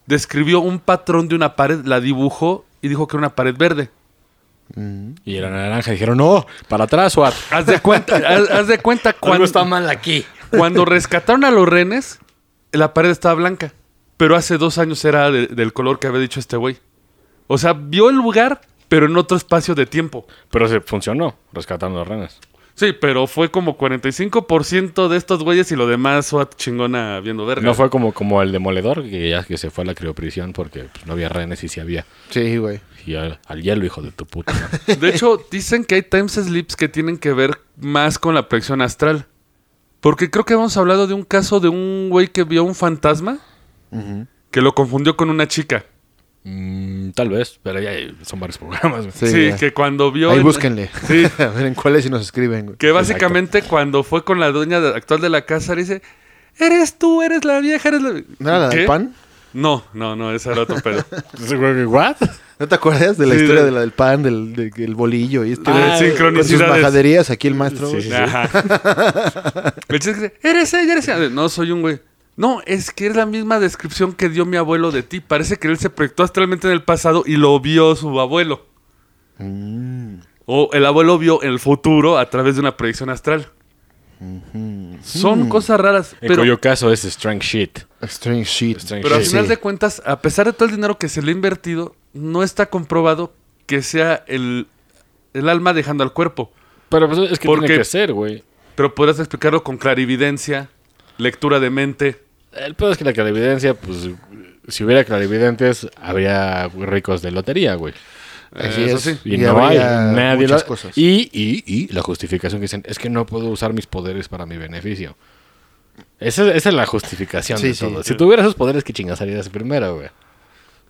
[SPEAKER 2] describió un patrón de una pared, la dibujó y dijo que era una pared verde.
[SPEAKER 4] Y la naranja dijeron, no, para atrás, SWAT.
[SPEAKER 2] Haz de cuenta, haz, haz de cuenta cuando,
[SPEAKER 4] mal aquí.
[SPEAKER 2] cuando rescataron a los renes, la pared estaba blanca. pero hace dos años era de- del color que había dicho este güey. O sea, vio el lugar, pero en otro espacio de tiempo.
[SPEAKER 4] Pero se funcionó, rescatando las renas.
[SPEAKER 2] Sí, pero fue como 45% de estos güeyes y lo demás SWAT chingona viendo verga.
[SPEAKER 4] No fue como, como el demoledor, que ya que se fue a la crioprisión porque pues, no había renes y sí había.
[SPEAKER 3] Sí, güey.
[SPEAKER 4] Y al, al hielo, hijo de tu puta. madre.
[SPEAKER 2] De hecho, dicen que hay times slips que tienen que ver más con la proyección astral. Porque creo que hemos hablado de un caso de un güey que vio un fantasma que lo confundió con una chica.
[SPEAKER 4] Mm, tal vez, pero ya hay- son varios programas. güey.
[SPEAKER 3] Sí,
[SPEAKER 2] Sí,
[SPEAKER 3] ya.
[SPEAKER 2] que cuando vio...
[SPEAKER 3] Ahí
[SPEAKER 2] en-
[SPEAKER 3] búsquenle.
[SPEAKER 2] Sí.
[SPEAKER 3] A ver en cuáles si nos escriben, güey.
[SPEAKER 2] Que básicamente cuando fue con la dueña de- actual de la casa, le dice, eres tú, eres la vieja, eres la...
[SPEAKER 3] ¿No era la
[SPEAKER 2] ¿Qué?
[SPEAKER 3] del pan? Ah,
[SPEAKER 2] No, no, no, esa era otro pedo.
[SPEAKER 4] Entonces, güey, ¿What?
[SPEAKER 3] ¿No te acuerdas de la
[SPEAKER 2] Sí,
[SPEAKER 3] historia
[SPEAKER 2] de-
[SPEAKER 3] de la del pan, del, de- del bolillo y este?
[SPEAKER 2] Ah,
[SPEAKER 3] güey? con sus ¿eh?
[SPEAKER 2] sincronicidades.
[SPEAKER 3] majaderías aquí el maestro. güey.
[SPEAKER 4] Sí, sí, sí.
[SPEAKER 2] Ajá. El chiste es que dice, eres ella, eres ella. No, soy un güey. No, es que es la misma descripción que dio mi abuelo de ti. Parece que él se proyectó astralmente en el pasado y lo vio su abuelo.
[SPEAKER 3] Mm.
[SPEAKER 2] O el abuelo vio el futuro a través de una proyección astral.
[SPEAKER 3] Mm.
[SPEAKER 2] Son cosas raras,
[SPEAKER 4] En
[SPEAKER 2] pero,
[SPEAKER 4] cuyo caso es Strength Shit.
[SPEAKER 3] Strange shit.
[SPEAKER 4] Strange
[SPEAKER 2] pero al
[SPEAKER 4] shit.
[SPEAKER 2] final
[SPEAKER 3] sí.
[SPEAKER 2] de cuentas, a pesar de todo el dinero que se le ha invertido, no está comprobado que sea el, el alma dejando al cuerpo.
[SPEAKER 4] Pero pues, es que
[SPEAKER 2] ¿Por
[SPEAKER 4] tiene
[SPEAKER 2] qué?
[SPEAKER 4] que ser, güey.
[SPEAKER 2] Pero podrás explicarlo con clarividencia, lectura de mente.
[SPEAKER 4] El pedo es que la clarividencia, pues, si hubiera clarividentes, habría ricos de lotería, güey.
[SPEAKER 3] Así
[SPEAKER 2] Eso
[SPEAKER 3] es.
[SPEAKER 2] sí.
[SPEAKER 4] Y,
[SPEAKER 3] Y
[SPEAKER 4] no hay
[SPEAKER 3] habría
[SPEAKER 4] nadie.
[SPEAKER 3] muchas
[SPEAKER 4] lo-
[SPEAKER 3] cosas.
[SPEAKER 4] Y, y, y la justificación que dicen es que no puedo usar mis poderes para mi beneficio. Esa, esa es la justificación
[SPEAKER 3] Sí,
[SPEAKER 4] de
[SPEAKER 3] sí.
[SPEAKER 4] todo. Si tuvieras esos poderes, que chingas harías primero, güey.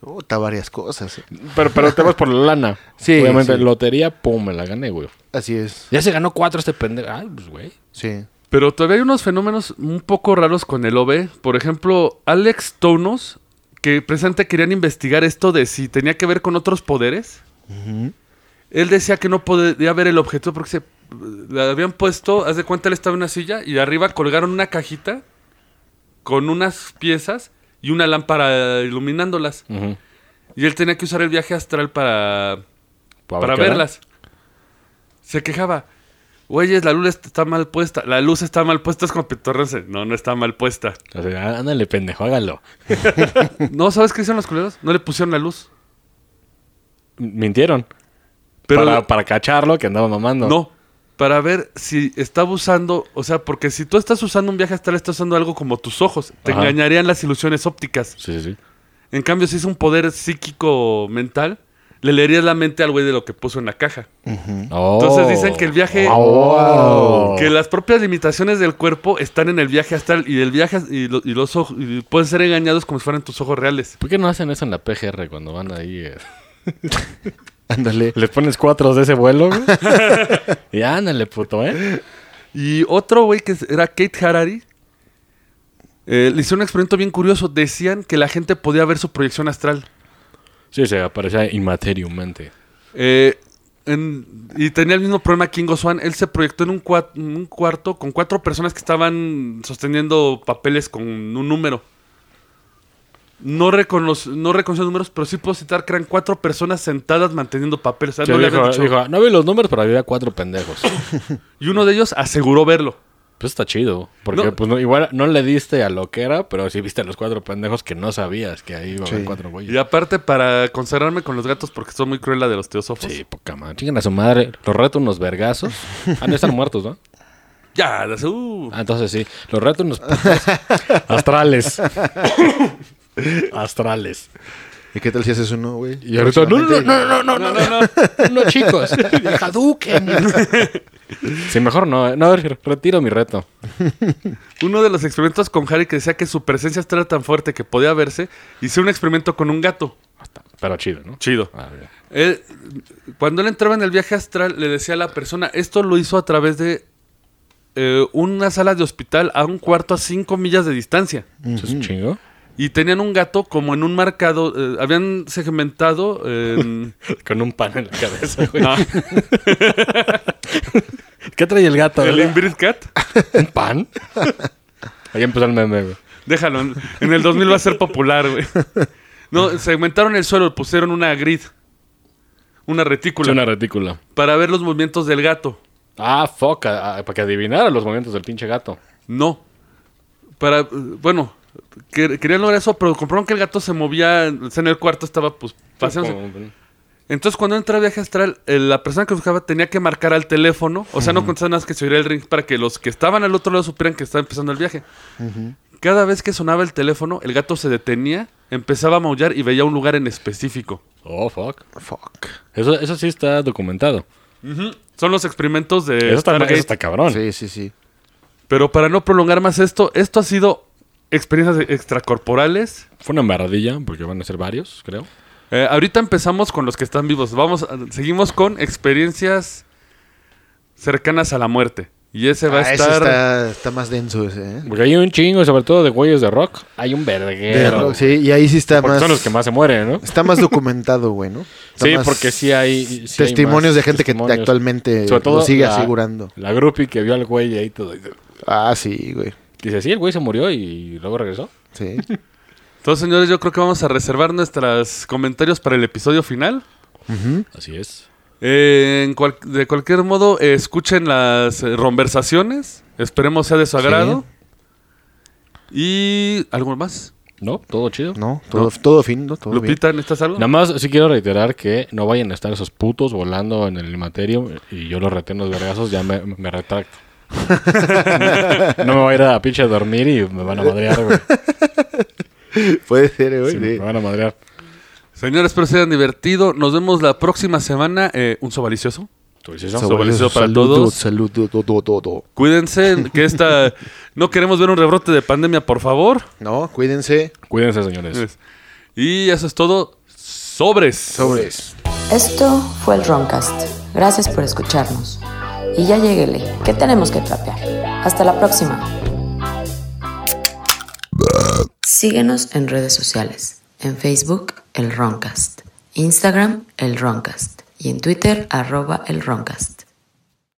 [SPEAKER 3] Puta, varias cosas. eh.
[SPEAKER 4] Pero, pero te vas por la lana.
[SPEAKER 3] Sí,
[SPEAKER 4] Obviamente,
[SPEAKER 3] sí.
[SPEAKER 4] lotería, pum, me la gané, güey.
[SPEAKER 3] Así es.
[SPEAKER 4] Ya se ganó cuatro este pendejo. Ah, pues, güey.
[SPEAKER 3] Sí.
[SPEAKER 2] Pero todavía hay unos fenómenos un poco raros con el OB. Por ejemplo, Alex Tonos, que presente querían investigar esto de si tenía que ver con otros poderes. Él decía que no podía ver el objeto porque se le habían puesto, haz de cuenta, él estaba en una silla y arriba colgaron una cajita con unas piezas y una lámpara iluminándolas.
[SPEAKER 4] Ujú.
[SPEAKER 2] Y él tenía que usar el viaje astral para
[SPEAKER 4] Pues, a
[SPEAKER 2] para
[SPEAKER 4] ver qué
[SPEAKER 2] verlas. Se quejaba. Güeyes, la luz está mal puesta. La luz está mal puesta, es como pitorrense. No, no está mal puesta.
[SPEAKER 4] da. O sea, ándale, pendejo, hágalo.
[SPEAKER 2] ¿No sabes qué hicieron los culeros? No le pusieron la luz.
[SPEAKER 4] Mintieron.
[SPEAKER 2] Pero-
[SPEAKER 4] para, para cacharlo, que andaba mamando.
[SPEAKER 2] No. Para ver si estaba usando, o sea, porque si tú estás usando un viaje astral, estás usando algo como tus ojos. Te
[SPEAKER 4] Ajá.
[SPEAKER 2] engañarían las ilusiones ópticas.
[SPEAKER 4] Sí, sí, sí.
[SPEAKER 2] En cambio, si es un poder psíquico mental, le leerías la mente al güey de lo que puso en la caja. Entonces dicen que el viaje-
[SPEAKER 4] Oh.
[SPEAKER 2] Que las propias limitaciones del cuerpo están en el viaje astral y el viaje y, lo- y los ojos y pueden ser engañados como si fueran tus ojos reales.
[SPEAKER 4] ¿Por qué no hacen eso en la PGR cuando van ahí? eh?
[SPEAKER 3] Ándale.
[SPEAKER 4] Les pones cuatro de ese vuelo, güey. y ándale, puto, ¿eh?
[SPEAKER 2] Y otro güey que era Kate Harari eh, le hicieron un experimento bien curioso. Decían que la gente podía ver su proyección astral
[SPEAKER 4] Sí, se aparecía inmateriummente.
[SPEAKER 2] Eh, en- y tenía el mismo problema que Ingo Swan. Él se proyectó en un, cua- en un cuarto con cuatro personas que estaban sosteniendo papeles con un número. No, reconoce, no reconoció números, pero sí puedo citar que eran cuatro personas sentadas manteniendo papeles. O sea,
[SPEAKER 4] Sí,
[SPEAKER 2] no le
[SPEAKER 4] dijo-
[SPEAKER 2] habían dicho.
[SPEAKER 4] dijo, no vi los números, pero había cuatro pendejos. pues
[SPEAKER 2] Y uno de ellos aseguró verlo.
[SPEAKER 4] está chido. Porque
[SPEAKER 2] No.
[SPEAKER 4] pues, no- igual no le diste a lo que era, pero sí viste a los cuatro pendejos que no sabías que ahí iba a haber
[SPEAKER 3] Sí.
[SPEAKER 4] cuatro güeyes.
[SPEAKER 2] Y aparte, para consagrarme con los gatos, porque soy muy cruel la de los teósofos.
[SPEAKER 4] Sí, poca madre. Chingan a su madre. Los reto unos vergazos. Ah, no están muertos, ¿no?
[SPEAKER 2] Ya, las- uh.
[SPEAKER 4] Ah, entonces sí. Los reto unos putos astrales. astrales.
[SPEAKER 3] ¿Y qué tal si haces uno, güey?
[SPEAKER 4] Y ahorita, no, no, no,
[SPEAKER 3] Próximamente-
[SPEAKER 4] no, no, no, no, no, no, chicos. Hadouken. Sí, mejor no. eh. No, retiro mi reto.
[SPEAKER 2] Uno de los experimentos con Harry que decía que su presencia astral era tan fuerte que podía verse, hizo un experimento con un gato.
[SPEAKER 4] Pero chido, ¿no?
[SPEAKER 2] Chido.
[SPEAKER 4] Ah, bien.
[SPEAKER 2] Él, Eh, cuando él entraba en el viaje astral, le decía a la persona, esto lo hizo a través de eh, una sala de hospital a un cuarto a cinco millas de distancia.
[SPEAKER 4] Eso es chingo.
[SPEAKER 2] Y tenían un gato como en un marcado, eh, habían segmentado... eh,
[SPEAKER 4] Con un pan en la cabeza, güey.
[SPEAKER 2] no,
[SPEAKER 4] ¿Qué trae el gato?
[SPEAKER 2] el
[SPEAKER 4] verdad?
[SPEAKER 2] Inbreed Cat.
[SPEAKER 4] ¿Un pan? Ahí empezó el meme, güey.
[SPEAKER 2] Déjalo, en en el 2000 va a ser popular, güey. No, segmentaron el suelo, pusieron una grid, una retícula,
[SPEAKER 4] Sí, una retícula.
[SPEAKER 2] para ver los movimientos del gato.
[SPEAKER 4] Ah, fuck. ah, ah, para que adivinara los momentos del pinche gato.
[SPEAKER 2] No. Para, eh, bueno, que- querían lograr eso, pero comprobaron que el gato se movía, o sea, en el cuarto estaba pues paseándose.
[SPEAKER 4] Como-
[SPEAKER 2] Entonces, cuando entra a viaje astral, eh, la persona que buscaba tenía que marcar al teléfono. O sea, no contestaba nada más que se oyera el ring para que los que estaban al otro lado supieran que estaba empezando el viaje. Cada vez que sonaba el teléfono, el gato se detenía, empezaba a maullar y veía un lugar en específico.
[SPEAKER 4] Oh, fuck.
[SPEAKER 3] Fuck.
[SPEAKER 4] Eso, eso sí está documentado.
[SPEAKER 2] Son los experimentos de
[SPEAKER 4] Eso Eh, está, eso
[SPEAKER 2] Stargate.
[SPEAKER 4] está cabrón.
[SPEAKER 3] Sí, sí, sí.
[SPEAKER 2] Pero para no prolongar más esto, esto ha sido experiencias extracorporales.
[SPEAKER 4] Fue una embarradilla, porque van a ser varios, creo.
[SPEAKER 2] Eh, ahorita empezamos con los que están vivos. Vamos, a- seguimos con experiencias cercanas a la muerte. Y ese va
[SPEAKER 3] Ah,
[SPEAKER 2] a
[SPEAKER 3] ese
[SPEAKER 2] estar.
[SPEAKER 3] está, está más denso ese, ¿eh?
[SPEAKER 4] Porque hay un chingo, sobre todo de güeyes de rock. Hay un
[SPEAKER 3] De
[SPEAKER 4] verguero.
[SPEAKER 3] rock, sí, y ahí sí está
[SPEAKER 4] Porque
[SPEAKER 3] más.
[SPEAKER 4] son los que más se mueren, ¿no?
[SPEAKER 3] Está más documentado, güey, ¿no? Está
[SPEAKER 4] Sí,
[SPEAKER 3] más
[SPEAKER 4] porque sí hay... sí hay más
[SPEAKER 3] testimonios de gente que
[SPEAKER 4] testimonios.
[SPEAKER 3] actualmente
[SPEAKER 4] Sobre todo
[SPEAKER 3] lo sigue
[SPEAKER 4] la-
[SPEAKER 3] asegurando.
[SPEAKER 4] La groupie que vio al güey ahí todo. y
[SPEAKER 3] Ah, sí, güey.
[SPEAKER 4] Dice, sí, el güey se murió y luego regresó.
[SPEAKER 3] Sí.
[SPEAKER 2] Entonces, señores, yo creo que vamos a reservar nuestros comentarios para el episodio final.
[SPEAKER 4] Así es.
[SPEAKER 2] Eh, en cual- de cualquier modo, eh, escuchen las eh, conversaciones. Esperemos sea de su agrado. Y. ¿Algo más?
[SPEAKER 4] ¿No? Todo chido.
[SPEAKER 3] No, todo, todo fin, ¿no? Todo bien.
[SPEAKER 2] Lupita, ¿necesitas algo?
[SPEAKER 4] Nada más sí quiero reiterar que no vayan a estar esos putos volando en el Imaterium y yo los retén los vergazos, ya me, me retracto. no me voy a ir a pinche a dormir y me van a madrear, güey.
[SPEAKER 3] Puede ser, eh, güey.
[SPEAKER 4] Sí,
[SPEAKER 3] sí.
[SPEAKER 4] me van a madrear.
[SPEAKER 2] Señores, espero se hayan divertido. Nos vemos la próxima semana. Eh, un sobalicioso.
[SPEAKER 4] ¿Tú dices eso?
[SPEAKER 2] Sobrevivió para
[SPEAKER 3] Salud,
[SPEAKER 2] todos.
[SPEAKER 3] Salud, todo, todo, todo.
[SPEAKER 2] Cuídense, que esta. no queremos ver un rebrote de pandemia, por favor.
[SPEAKER 3] No, cuídense.
[SPEAKER 4] Cuídense, señores.
[SPEAKER 2] Y eso es todo. Sobres.
[SPEAKER 3] Sobres.
[SPEAKER 1] Esto fue el Roncast. Gracias por escucharnos. Y ya lleguele, que tenemos que trapear. Hasta la próxima. Síguenos en redes sociales. En Facebook, el Roncast. Instagram, el Roncast. Y en Twitter, arroba el Roncast.